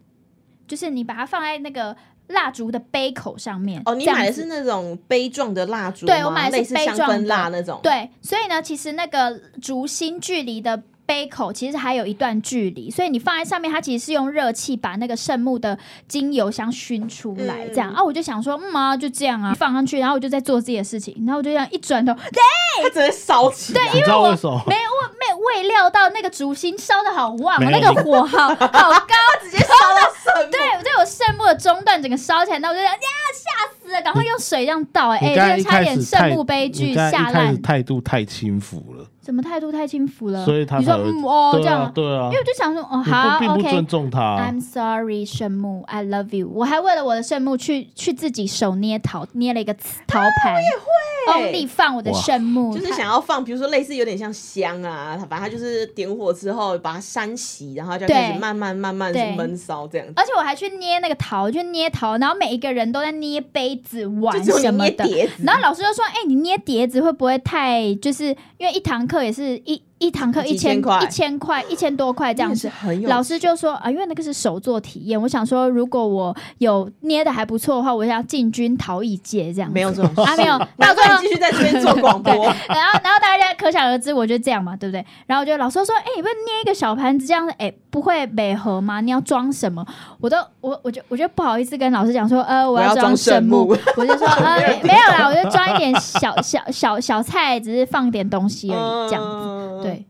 B: 就是你把它放在那个蜡烛的杯口上面。
A: 哦，你
B: 这样
A: 买的
B: 子
A: 是那种杯状的蜡烛吗，
B: 对我买的是
A: 类似
B: 杯
A: 香
B: 状
A: 氛
B: 的
A: 蜡那种。，
B: 对，所以呢，其实那个竹心距离的杯口其实还有一段距离，所以你放在上面，它其实是用热气把那个圣木的精油香熏出来，这样、
A: 嗯
B: 啊，我就想说，嗯啊，就这样啊，放上去，然后我就在做自己的事情，然后我就这样一转头，
A: 它只会烧起来。
C: 你知道为什么？
B: 没有我没未料到那个竹心烧的好旺、哦，
C: 没有
B: 那个火好 好高，直接烧到。
A: 圣
B: 对，我就有圣木的中段整个烧起来，那我就这样呀，吓死了，赶快用水这样倒、哎
C: 你
B: 哎、这
C: 刚才
B: 个
C: 一
B: 差
C: 开
B: 点
C: 始
B: 圣
C: 太，
B: 木悲剧
C: 你刚才
B: 下
C: 一开
B: 烂
C: 始，态度太轻浮了，
B: 什么态度太轻浮了？
C: 所以他
B: 你
C: 才
B: 说
C: 会
B: 嗯哦这
C: 对
B: 样
C: 啊
B: 啊，
C: 对啊
B: 因为，我就想说，哦，
C: 你不
B: 好
C: 并不
B: ，OK 嗯
C: 尊。重啊他
B: I'm。sorry，圣木，I love you。我还为了我的圣木去去自己手捏陶，捏了一个瓷陶盘，我也 only 放我的
C: 哇
B: 圣木，
A: 就是
B: 它
A: 想要放，比如说类似有点像香啊，它反正它就是点火之后把它扇洗，然后就开始
B: 对
A: 慢慢慢慢
B: 对
A: 闷烧这样子。
B: 而且我还去捏那个桃，就捏桃，然后每一个人都在捏杯子、碗
A: 就只有
B: 什
A: 你
B: 么
A: 捏
B: 的
A: 碟。子
B: 然后老师就说：“哎、你捏碟子会不会太……就是因为一堂课也是一一堂课一
A: 几千
B: 千
A: 块
B: 一千块一千多块这样
A: 你也
B: 子
A: 是。很有
B: 老师就说啊，因为那个是手作体验，我想说，如果我有捏的还不错的话，我想进军陶艺界这样子。
A: 没有这种事
B: 啊，没 有，到
A: 难
B: 最
A: 怪
B: 后
A: 你继续在这边做广播，
B: 然后，然后大家可想而知，我就这样嘛，对不对？然后我就老师说，哎、你不捏一个小盘子这样子，哎、不会美合吗？你要装什么？我都我我就我就不好意思跟老师讲说，呃，
A: 我要
B: 要
A: 装
B: 装
A: 圣
B: 木
A: 木，
B: 我就说，呃，没没有啦，我就装一点小小小小菜，只是放点东西而已，这样子。
A: 嗯。
B: 对，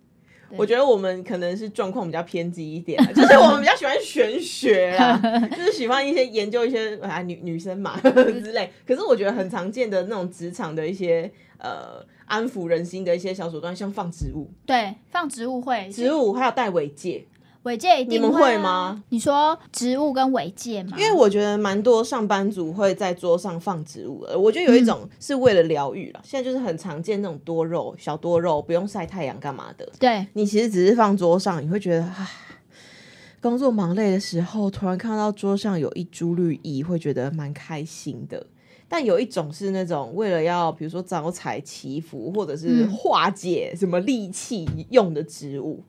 A: 我觉得我们可能是状况比较偏激一点啊，就是我们比较喜欢玄学 啦，就是喜欢一些研究一些啊女女生嘛之类。可是我觉得很常见的那种职场的一些呃安抚人心的一些小手段，像放植物、
B: 对，放植物会，
A: 植物还有戴尾戒，
B: 尾戒一定
A: 你们
B: 会
A: 会
B: 啊
A: 吗？
B: 你说植物跟尾戒吗？
A: 因为我觉得蛮多上班族会在桌上放植物的，我觉得有一种是为了疗愈了。现在就是很常见那种多肉、小多肉，不用晒太阳干嘛的。
B: 对
A: 你其实只是放桌上，你会觉得啊，工作忙累的时候，突然看到桌上有一株绿意，会觉得蛮开心的。但有一种是那种为了要，比如说招财祈福，或者是
B: 嗯
A: 化解什么戾气用的植物，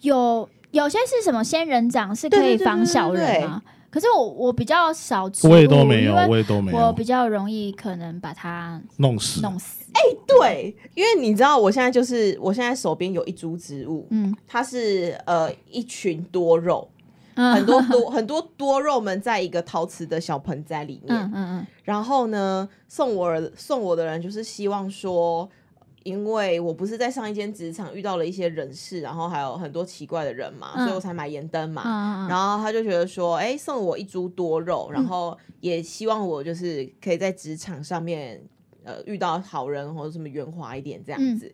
B: 有有些是什么仙人掌是
A: 对
B: 可以
A: 对对
B: 防
A: 对
B: 小
A: 对
B: 人
A: 对
B: 啊，可是我我比较少植物，
C: 我也都没有，
B: 因
C: 我
B: 为
C: 也都没
B: 我
C: 有
B: 比较容易可能把它
C: 弄死。
B: 弄死。
A: 哎对，因为你知道，我现在就是我现在手边有一株植物，
B: 嗯
A: 它是呃一群多肉，
B: 嗯，
A: 很多多 很多多肉们在一个陶瓷的小盆栽里面。
B: 嗯嗯嗯，
A: 然后呢，送我儿送我的人就是希望说，因为我不是在上一间职场遇到了一些人事，然后还有很多奇怪的人嘛，
B: 嗯
A: 所以我才买盐灯嘛。
B: 嗯嗯嗯嗯
A: 然后他就觉得说，哎、送我一株多肉，然后也希望我就是可以在职场上面，呃，遇到好人或者什么圆滑一点这
B: 嗯
A: 样子。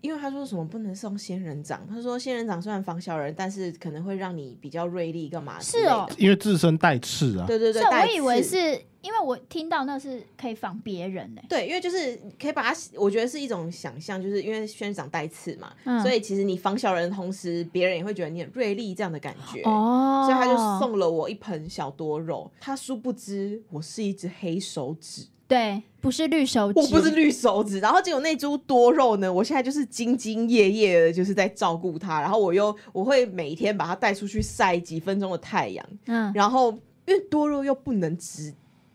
A: 因为他说什么不能送仙人掌，他说仙人掌虽然防小人，但是可能会让你比较锐利，干嘛？
B: 是哦，
C: 因为自身带刺啊，
A: 对对对，
B: 是哦我
A: 带
B: 以为
A: 刺
B: 是因为我听到那是可以仿别人欸呢。
A: 对，因为就是可以把它，我觉得是一种想象，就是因为仙人掌带刺嘛，
B: 嗯
A: 所以其实你防小人的同时，别人也会觉得你很锐利这样的感觉。
B: 哦，
A: 所以他就送了我一盆小多肉，他殊不知我是一只黑手指，
B: 对，不是绿手指，
A: 我不是绿手指。然后结果那株多肉呢，我现在就是兢兢业业的，就是在照顾它。然后我又我会每天把它带出去晒几分钟的太阳，
B: 嗯，
A: 然后因为多肉又不能只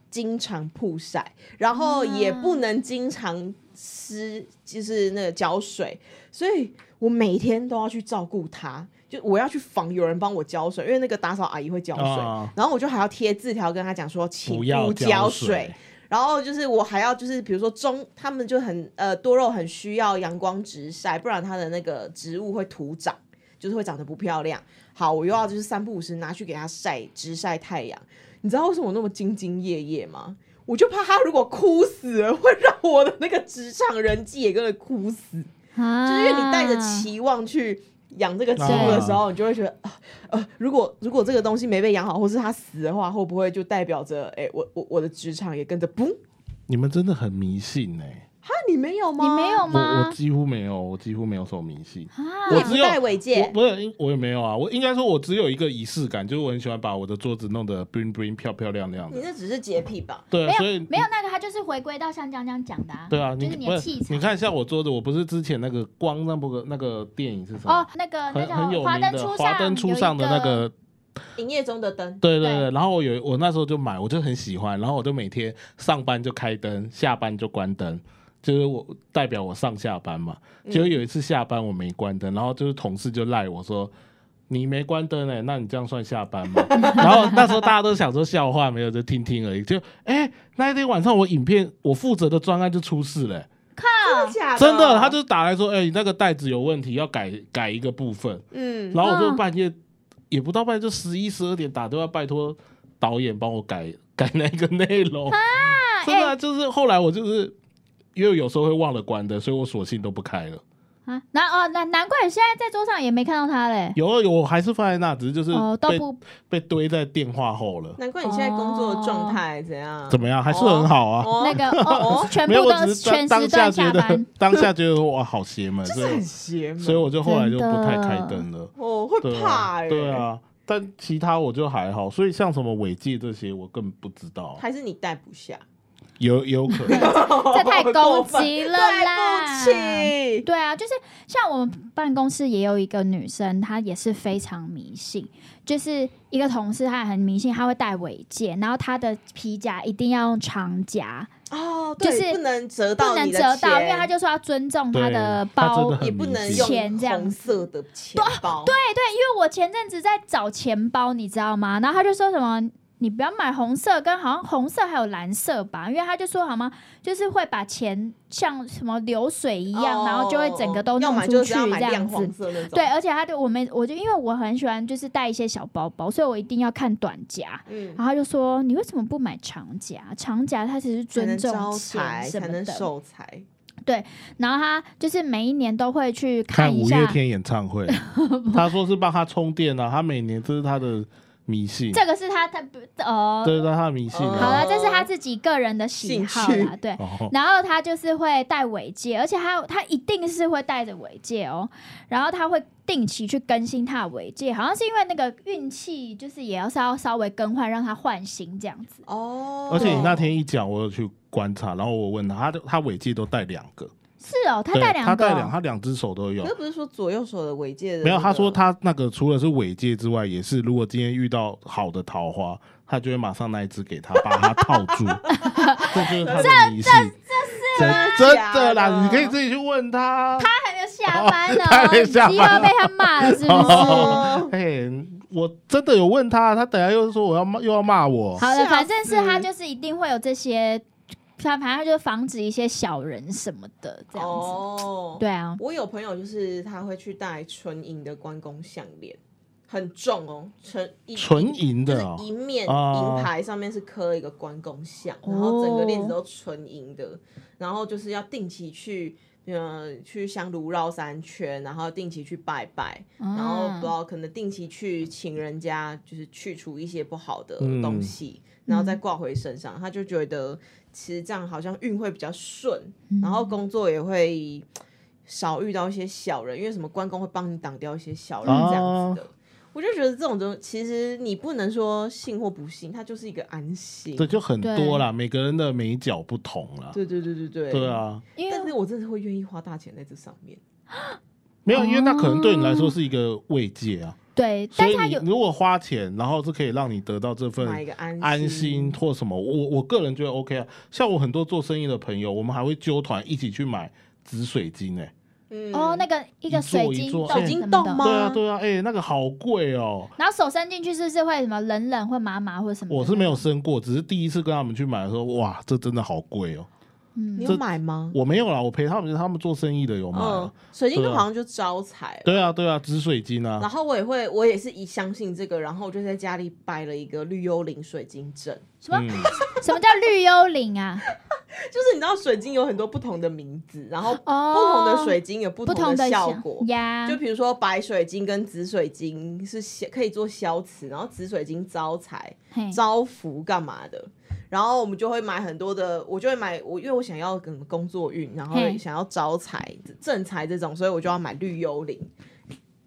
A: 经常曝晒，然后也不能经常湿，就是那个浇水，所以我每天都要去照顾它。就我要去防有人帮我浇水，因为那个打扫阿姨会浇水，
C: 啊
A: 然后我就还要贴字条跟她讲说，请
C: 不要
A: 浇
C: 浇水。
A: 然后就是我还要就是比如说中，他们就很呃多肉很需要阳光直晒，不然它的那个植物会徒长，就是会长得不漂亮。好，我又要就是三不五时拿去给它晒直晒太阳。你知道为什么我那么兢兢业业吗？我就怕它如果枯死了，会让我的那个职场人际也跟着枯死。
B: 啊
A: 就是因为你带着期望去养这个植物的时候，你就会觉得，啊呃，如果如果这个东西没被养好，或是它死的话，会不会就代表着，哎、我我我的职场也跟着嘣？
C: 你们真的很迷信哎、
A: 啊，你没有吗？
B: 你没有
C: 我我
B: 吗？
C: 几乎没有，我几乎没有什么迷信。
B: 啊
C: 我
A: 不
C: 只有
A: 戴尾
C: 我
A: 戒，
C: 不是，因我也没有啊。我应该说，我只有一个仪式感，就是我很喜欢把我的桌子弄得 bling bling 漂漂亮亮
A: 你
C: 的。
A: 那只是洁癖吧？
C: 对啊，所
B: 没
C: 以
B: 有没有那个，他就是回归到像江江讲的啊，
C: 对啊，
B: 就
C: 你
B: 是你
C: 不
B: 的
C: 是
B: 器材。
C: 你看像我桌子，我不是之前那个光那部个那个电影是什么？
B: 哦，那个那
C: 很
B: 叫
C: 很有
B: 华
C: 名
B: 灯
C: 的
B: 初上，
C: 华灯初上的那个，
A: 营业中的灯，
C: 对对
B: 对
C: 对。然后我有我那时候就买，我就很喜欢，然后我就每天上班就开灯，下班就关灯，就是我代表我上下班嘛。
B: 嗯
C: 结果有一次下班我没关灯，然后就是同事就赖我说。你没关灯哎、那你这样算下班吗？ 然后那时候大家都想说笑话，没有就听听而已。就哎、那一天晚上我影片我负责的专案就出事了欸、
A: 真的假
C: 真的，啊他就打来说，哎、你那个袋子有问题，要改改一个部分。
A: 嗯，
C: 然后我就
B: 嗯
C: 半夜、也不到半夜，就十一十二点打电话拜托导演帮我改 改那个内容。
B: 啊
C: 真的啊、
B: 哎
C: 就是后来我就是因为有时候会忘了关的，所以我索性都不开了。
B: 啊，难哦难难怪现在在桌上也没看到他嘞，
C: 有啊有，我还是放在那，只是就是被、
B: 哦都不
C: 被堆在电话后了。
A: 难怪你现在工作的状态怎样？
C: 哦怎么样？还是很好啊。
A: 哦
B: 那个哦， 全
C: 没有，
B: 部
C: 我
B: 都
C: 只
B: 是
C: 是
B: 全
C: 当
B: 时
C: 当
B: 段
C: 下觉
B: 下
C: 得
B: 班，
C: 当下觉得哇，好邪门，所
A: 很
C: 以
A: 邪门，
C: 所以我就后来就
B: 真的
C: 不太开灯了。
A: 我会
C: 对
A: 怕
C: 啊
A: 哎、
C: 对，啊，但其他我就还好，所以像什么尾戒这些，我更不知道啊，
A: 还是你戴不下？
F: 有有可 能。
B: 这太攻击了啦！
A: 对不起，
B: 对啊，就是像我们办公室也有一个女生，她也是非常迷信，就是一个同事，她很迷信，她会戴尾戒，然后她的皮夹一定要用长夹，
A: 哦，
B: 就
A: 对
B: 是
A: 不能折
B: 不
A: 到
B: 能
A: 你的
B: 折到，因为
A: 钱
B: 她就说要尊重她
C: 对
B: 的
C: 他真
B: 包
C: 的很
A: 也不
C: 迷
A: 能
C: 信
A: 用
B: 钱这样
A: 红色的钱包，对，
B: 对，因为我前阵子在找钱包，你知道吗？然后他就说什么。你不要买红色，跟好像红色还有蓝色吧，因为他就说好吗？就是会把钱像什么流水一样，啊然后就会整个都
A: 哦要
B: 弄
A: 买
B: 出
A: 就
B: 去
A: 是要
B: 这
A: 买亮
B: 样
A: 黄
B: 子。
A: 色那种，
B: 对，，而且他就我们，我就因为我很喜欢就是带一些小包包，所以我一定要看短夹。
A: 嗯，
B: 然后他就说你为什么不买长夹？长夹它只是
A: 才
B: 尊
A: 能
B: 重
A: 招
B: 钱
A: 财，
B: 什
A: 才
B: 么
A: 能
B: 的。
A: 受财。
B: 然后他就是每一年都会去
C: 看
B: 一
C: 五
B: 下
C: 月天演 唱会，他说是帮他充电啊，他每年这是他的迷信，
B: 这个是他他呃
C: 这是他的迷信
A: 哦
B: 好
C: 啊。
B: 了，这是他自己个人的喜好
A: 兴
B: 啦
A: 趣，
B: 对。
C: 哦，
B: 然后他就是会戴尾戒，而且他他一定是会戴着尾戒哦，然后他会定期去更新他的尾戒，好像是因为那个运气就是也要是要稍微更换，让他换新这样子，
A: 哦，
C: 而且你那天一讲，我有去观察，然后我问他，他就他尾戒都戴两个，
B: 是哦，他
C: 对
B: 戴两
C: 他
B: 个
C: 戴
B: 哦、
C: 两，他两只手都有
A: 可是。不是说左右手的尾戒的那个？
C: 没有，他说他那个除了是尾戒之外，也是如果今天遇到好的桃花，他就会马上那一只给他，把他套住。这就是他的迷信。这
A: 吗
C: 真
A: 假
C: 的啦，
A: 的
C: 你可以自己去问他。
B: 他还没有下班呢、
C: 他还没下班
B: 你又要被他骂了是不是？
A: 哦，
C: 哎，我真的有问他，他等下又说我要骂，又要骂我。
B: 好
A: 吓
B: 了，
A: 死
B: 反正是他就是一定会有这些，他反正他就防止一些小人什么的 这样子，
A: 哦，
B: 对啊，
A: 我有朋友就是他会去戴纯银的关公项链，很重哦，纯一
C: 纯银的哦
A: 就是一面
C: 哦
A: 银牌上面是刻一个关公像，
B: 哦
A: 然后整个链子都纯银的，然后就是要定期去。嗯，去香炉绕三圈，然后定期去拜拜，
B: 然
A: 然后不知道可能定期去请人家，就是去除一些不好的东西，然
B: 嗯
A: 后再挂回身上。他就觉得其实这样好像运会比较顺，
B: 嗯
A: 然后工作也会少遇到一些小人，因为什么关公会帮你挡掉一些小人这样子的。我就觉得这种东西，其实你不能说信或不信，它就是一个安心。
C: 这就很多啦，每个人的美角不同啦。
A: 对对对对对，
C: 对。啊，
B: 因为
A: 但是我真的会愿意花大钱在这上面。
C: 没有，因为那可能对你来说是一个慰藉啊。
B: 对，
C: 所
B: 但
C: 以
B: 他
C: 你
B: 有
C: 如果花钱，然后是可以让你得到这份
A: 买一个安心
C: 安心或什么，我我个人觉得 OK 啊。像我很多做生意的朋友，我们还会揪团一起去买紫水晶诶、
A: 嗯
B: 哦那个一
C: 一
B: 个
C: 座
B: 水
C: 一
B: 晶
C: 座
B: 洞
C: 水
A: 晶
B: 什么
A: 洞
B: 的
A: 吗嗯
C: 对啊，对啊，哎、那个好贵哦、
B: 然后手伸进去是不是会什么冷冷或麻麻或什么？
C: 我是没有，生过，只是第一次跟他们去买的时候，哇，这真的好贵哦、
A: 你
B: 嗯，
A: 有买吗？
C: 我没有啦，我陪他们，他们做生意的有买、
A: 嗯
C: 啊。，
A: 水晶
C: 对
A: 都
C: 啊
A: 好像就招财了。
C: 对啊，对啊，紫水晶啊
A: 然，后我也会，我也是一相信这个，然后我就在家里摆了一个绿幽灵水晶阵，
B: 什么
C: 嗯
B: 什么叫绿幽灵啊？
A: 就是你知道水晶有很多不同的名字，然后不同
B: 哦，
A: 的水晶有不
B: 不
A: 同
B: 同
A: 的
B: 的
A: 效果。
B: 呀
A: 就，比如说白水晶跟紫水晶是消可以做消磁，然后紫水晶招财、
B: 嘿
A: 招福干嘛的。然后我们就会买很多的，我就会买我，因为我想要跟工作运，然后
B: 嘿
A: 想要招财、正财这种，所以我就要买绿幽灵。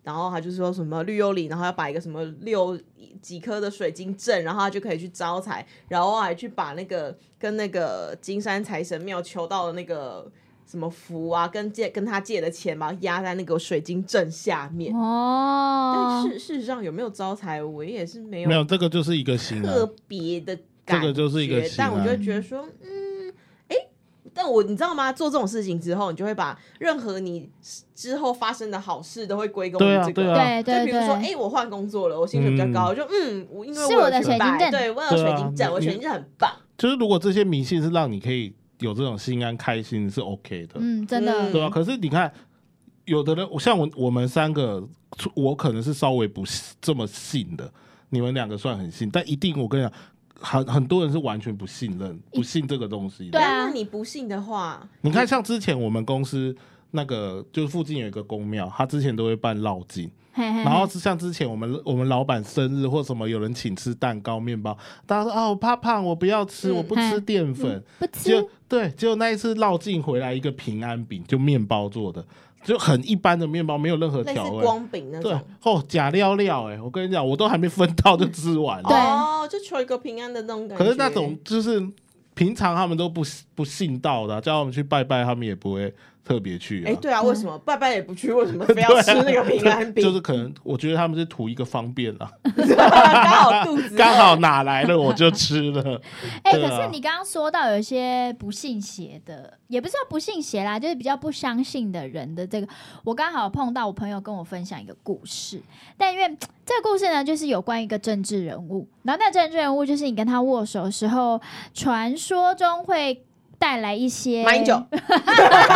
A: 然后他就说什么绿幽灵，然后要把一个什么六几颗的水晶阵，然后他就可以去招财，然后还去把那个跟那个金山财神庙求到的那个什么符啊，跟借跟他借的钱嘛，压在那个水晶阵下面。但
B: 哦，
A: 事事实上有没有招财，我也是没有
C: 没有这个就是一个啊新的、
A: 特别的感觉，
C: 嗯这个就是一个习惯
A: 但我就会觉得说，嗯，哎，但我你知道吗？做这种事情之后，你就会把任何你之后发生的好事都会归功于
C: 对啊
A: 这个。
C: 对
B: 对
C: 啊
A: 就
B: 对
A: 比如说，
B: 对，
A: 哎、我换工作了，我薪水比较高，就嗯，我因为
B: 是
A: 我
B: 我的
A: 有去
B: 水晶
A: 拜
B: 阵
A: 对我有
C: 对啊
A: 水晶阵，
C: 你
A: 我水晶阵很棒，
C: 就是如果这些迷信是让你可以有这种心安开心是 OK 的，
B: 嗯，真
A: 嗯
B: 的，
C: 对啊。可是你看，有的人像我我们三个，我可能是稍微不信这么信的，你们两个算很信，但一定我跟你讲，很很多人是完全不信任、不信这个东西的。
B: 对啊
A: 那你不信的话，
C: 你看，像之前我们公司那个，就是附近有一个公庙，他之前都会办绕境。
B: 嘿
A: 嗯
B: 嘿嘿
C: 然后是像之前我们我们老板生日或什么，有人请吃蛋糕、面包，大家说啊，我怕胖，我不要吃，
A: 嗯
C: 我不吃
B: 嗨
C: 淀粉。
B: 不
C: 就
B: 吃，
C: 对，结果那一次绕境回来一个平安饼，就面包做的，就很一般的面包，没有任何
A: 类
C: 调
A: 似
C: 味。
A: 光饼那
C: 对
A: 种。
C: 哦，假料料哎、我跟你
A: 嗯
C: 讲，我都还没分到就吃完了。哦
B: 对
A: 哦，就求一个平安的那种感觉。
C: 可是那种就是平常他们都不不信道的啊、叫他们去拜拜，他们也不会特别去、啊。
A: 哎， 对啊，为什么拜拜也不去？为什么非要吃那个平安饼？
C: 就是可能，我觉得他们是图一个方便啊，
A: 刚好肚子饿
C: 刚好哪来了我就吃 了。
B: 哎、
C: 对
B: 可
C: 啊
B: 是你刚刚说到有一些不信邪的，也不是说不信邪啦，就是比较不相信的人的这个，我刚好碰到我朋友跟我分享一个故事，但因为嘖这个故事呢，就是有关一个政治人物，然后那政治人物就是你跟他握手的时候，传说中会带来一些
A: 马英九、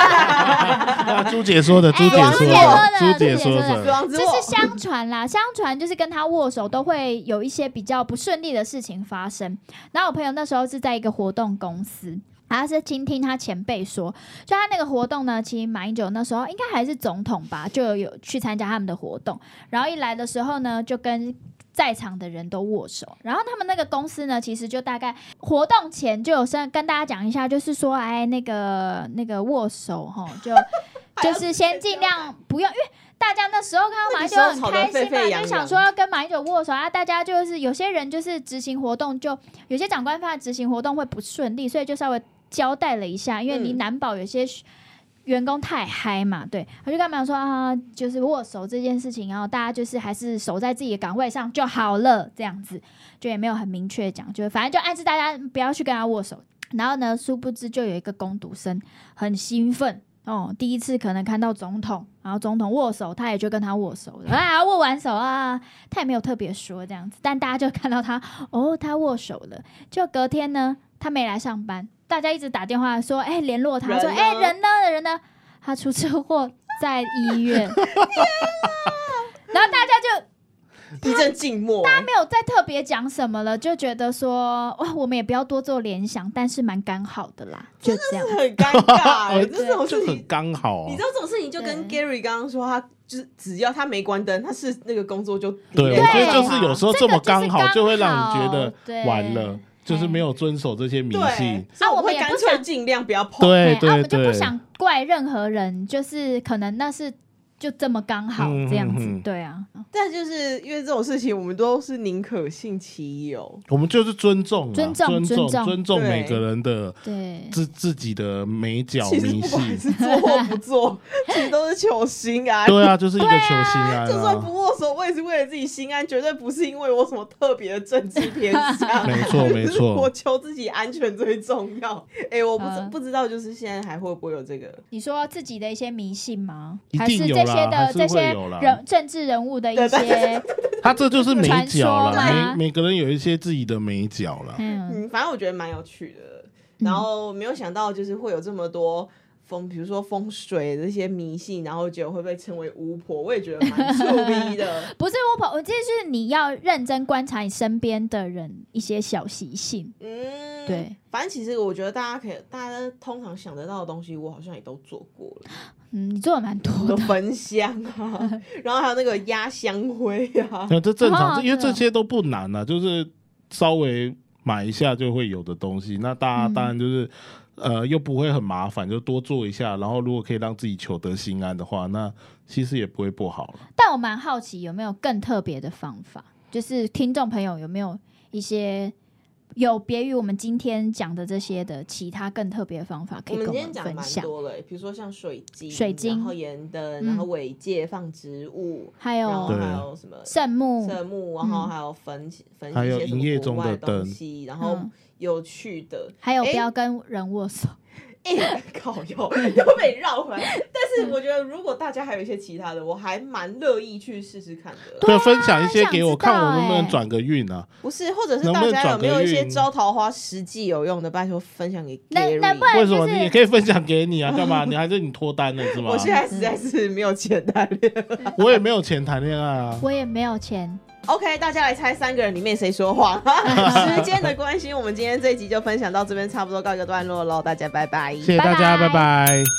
C: 啊朱姐说的，朱姐
A: 王
C: 说
A: 哎姐
C: 的，
B: 说的朱姐说
C: 朱姐的哦
B: 的
A: 死，亡
B: 这
A: 之
B: 是
A: 握，
B: 相传啦， 相传就是跟他握手都会有一些比较不顺利的事情发生。然后我朋友那时候是在一个活动公司，然后是听听他前辈说，就他那个活动呢，其实马英九那时候应该还是总统吧，就有有去参加他们的活动。然后一来的时候呢，就跟在场的人都握手。然后他们那个公司呢，其实就大概活动前就有先跟大家讲一下，就是说，哎，那个那个握手哈，就就是先尽量不用，因为大家那时候看到马英九很开
A: 那个时候吵得沸沸
B: 心嘛，
A: 扬扬
B: 就想说要跟马英九握手啊。大家就是有些人就是执行活动就有些长官发的执行活动会不顺利，所以就稍微交代了一下，因为你
A: 嗯
B: 难保有些员工太嗨嘛，对，我就跟他们说啊，就是握手这件事情，然后大家就是还是守在自己的岗位上就好了，这样子就也没有很明确地讲，就是反正就暗示大家不要去跟他握手。然后呢，殊不知就有一个攻读生很兴奋哦，第一次可能看到总统，然后总统握手，他也就跟他握手了啊，握完手啊，他也没有特别说这样子，但大家就看到他哦，他握手了。就隔天呢，他没来上班，大家一直打电话说，哎，联络他
A: 人
B: 说，
A: 呢
B: 哎，人呢？人呢？他出车祸在医 院，然后大家就
A: 一阵静默。
B: 没有再特别讲什么了，就觉得说哇，我们也不要多做联想，但是蛮刚好的啦，就这样。
A: 很尴 尬、欸，这种事
C: 就哦很
A: 情，
C: 刚好啊
A: 你知。道这种事情就跟 Gary 刚刚说，他就是只要他没关灯，他是那个工作就
C: 对，我觉得
A: 啊
C: 就是有时候
B: 这个
C: 么
B: 就是
C: 刚好，
B: 刚
C: 就会让你
B: 好
C: 觉得
B: 对
C: 完了，就是没有遵守这些迷信
A: 对。，所以我会
B: 啊我们也
A: 干
B: 不
A: 脆
B: 想
A: 尽量不要碰。
C: 对
B: 啊，我
C: 对
B: 们就不
C: 对，
B: 想怪任何人，就是可能那是就这么刚好
C: 嗯
B: 这样子，
C: 嗯嗯
B: 对啊，
A: 但就是因为这种事情，我们都是宁可信其有。
C: 我们就是尊重啊，
B: 尊重
C: 尊
B: 尊重
C: 尊重
A: 对
C: 每个人的
B: 对。
C: 自自己的美角
A: 其实
C: 哦迷
A: 不
C: 信
A: 管。是做或不做， 其实都是求心 安。
C: 对啊，就是一个求心安
A: 就算
C: 啊
A: 不，握手，我也是为了自己心安，绝对不是因为我什么特别的政治偏向。
C: 没 错没
A: 就是我
C: 错。
A: 求自己安全最重要。哎、我不知、
B: 嗯
A: 不知道，就是现在还会不会有这个？
B: 你说自己的一些迷信吗？
C: 一
B: 还
C: 定
B: 是
C: 有
B: 这
C: 啦
B: 些
C: 还
B: 的
C: 是
B: 这
C: 会
B: 些
C: 有啦
B: 人政治人物的一
A: 对对
B: 些，
C: 他这就是美
B: 传
C: 角
B: 说
C: 啦，
B: 啦
C: 每每个人有一些自己的美角啦。
B: 嗯，。
A: 嗯，反正我觉得蛮有趣的。然后没有想到，就是会有这么多风，比如说风水这些迷信，然后结果会被称为巫婆，我也觉得蛮逗逼的
B: 不是我跑，我这就是你要认真观察你身边的人一些小习性，
A: 嗯，
B: 对。
A: 反正其实我觉得大家可以，大家通常想得到的东西，我好像也都做过了，
B: 嗯，你做的蛮多
A: 什么
B: 的，
A: 焚香 啊，然后还有那个压香灰啊，
C: 那这正常，
B: 哦
C: 这因为
B: 对
C: 这
B: 哦
C: 些都不难啊，就是稍微买一下就会有的东西。那大家
B: 嗯
C: 当然就是。呃，又不会很麻烦，就多做一下。然后，如果可以让自己求得心安的话，那其实也不会不好了。
B: 但我蛮好奇有没有更特别的方法，就是听众朋友有没有一些有别于我们今天讲的这些的其他更特别的方法可
A: 我
B: 以
A: 们
B: 跟
A: 今天
B: 我们
A: 讲
B: 分
A: 蛮
B: 享？
A: 多了、比如说像水晶、
B: 水晶
A: 然后盐灯，
B: 嗯
A: 然后尾戒放植物，
B: 还
A: 然后
B: 有
C: 对
A: 还有什么
B: 圣木，
A: 圣木，然后
B: 嗯
A: 还有焚焚
C: 还有
A: 一些什
C: 营业
A: 么国
C: 中
A: 外
C: 的
A: 东
C: 灯
A: 西，然后
B: 嗯
A: 有趣的，
B: 还有
A: 诶
B: 不要跟人握手。
A: 哎、靠 又又被绕回来。但
B: 嗯
A: 是我觉得，如果大家还有一些其他的，我还蛮乐意去试试看的。
C: 对，啊分享一些
B: 想
C: 给我，
B: 知
C: 看我
B: 道
C: 能不能
B: 欸
C: 转个运啊。
A: 不是，或者是
C: 能不
A: 大
C: 能
A: 家
C: 转
A: 有没有
C: 个
A: 一些
C: 运
A: 招桃花实际有用的，拜托分享给 Gary。
B: 那那不然
C: 为什么
B: 就
C: 你
B: 是
C: 也可以分享给你啊？干嘛？你还是你脱单了是 吗
A: 我？现在实在是没有钱谈恋爱。
C: 我也没有钱谈恋爱 啊。
B: 我也没有钱，
A: OK，大家来猜三个人里面谁说谎。时间的关系，我们今天这一集就分享到这边，差不多告一个段落喽，大家拜拜。
C: 谢谢大家，
B: 拜拜
C: 拜拜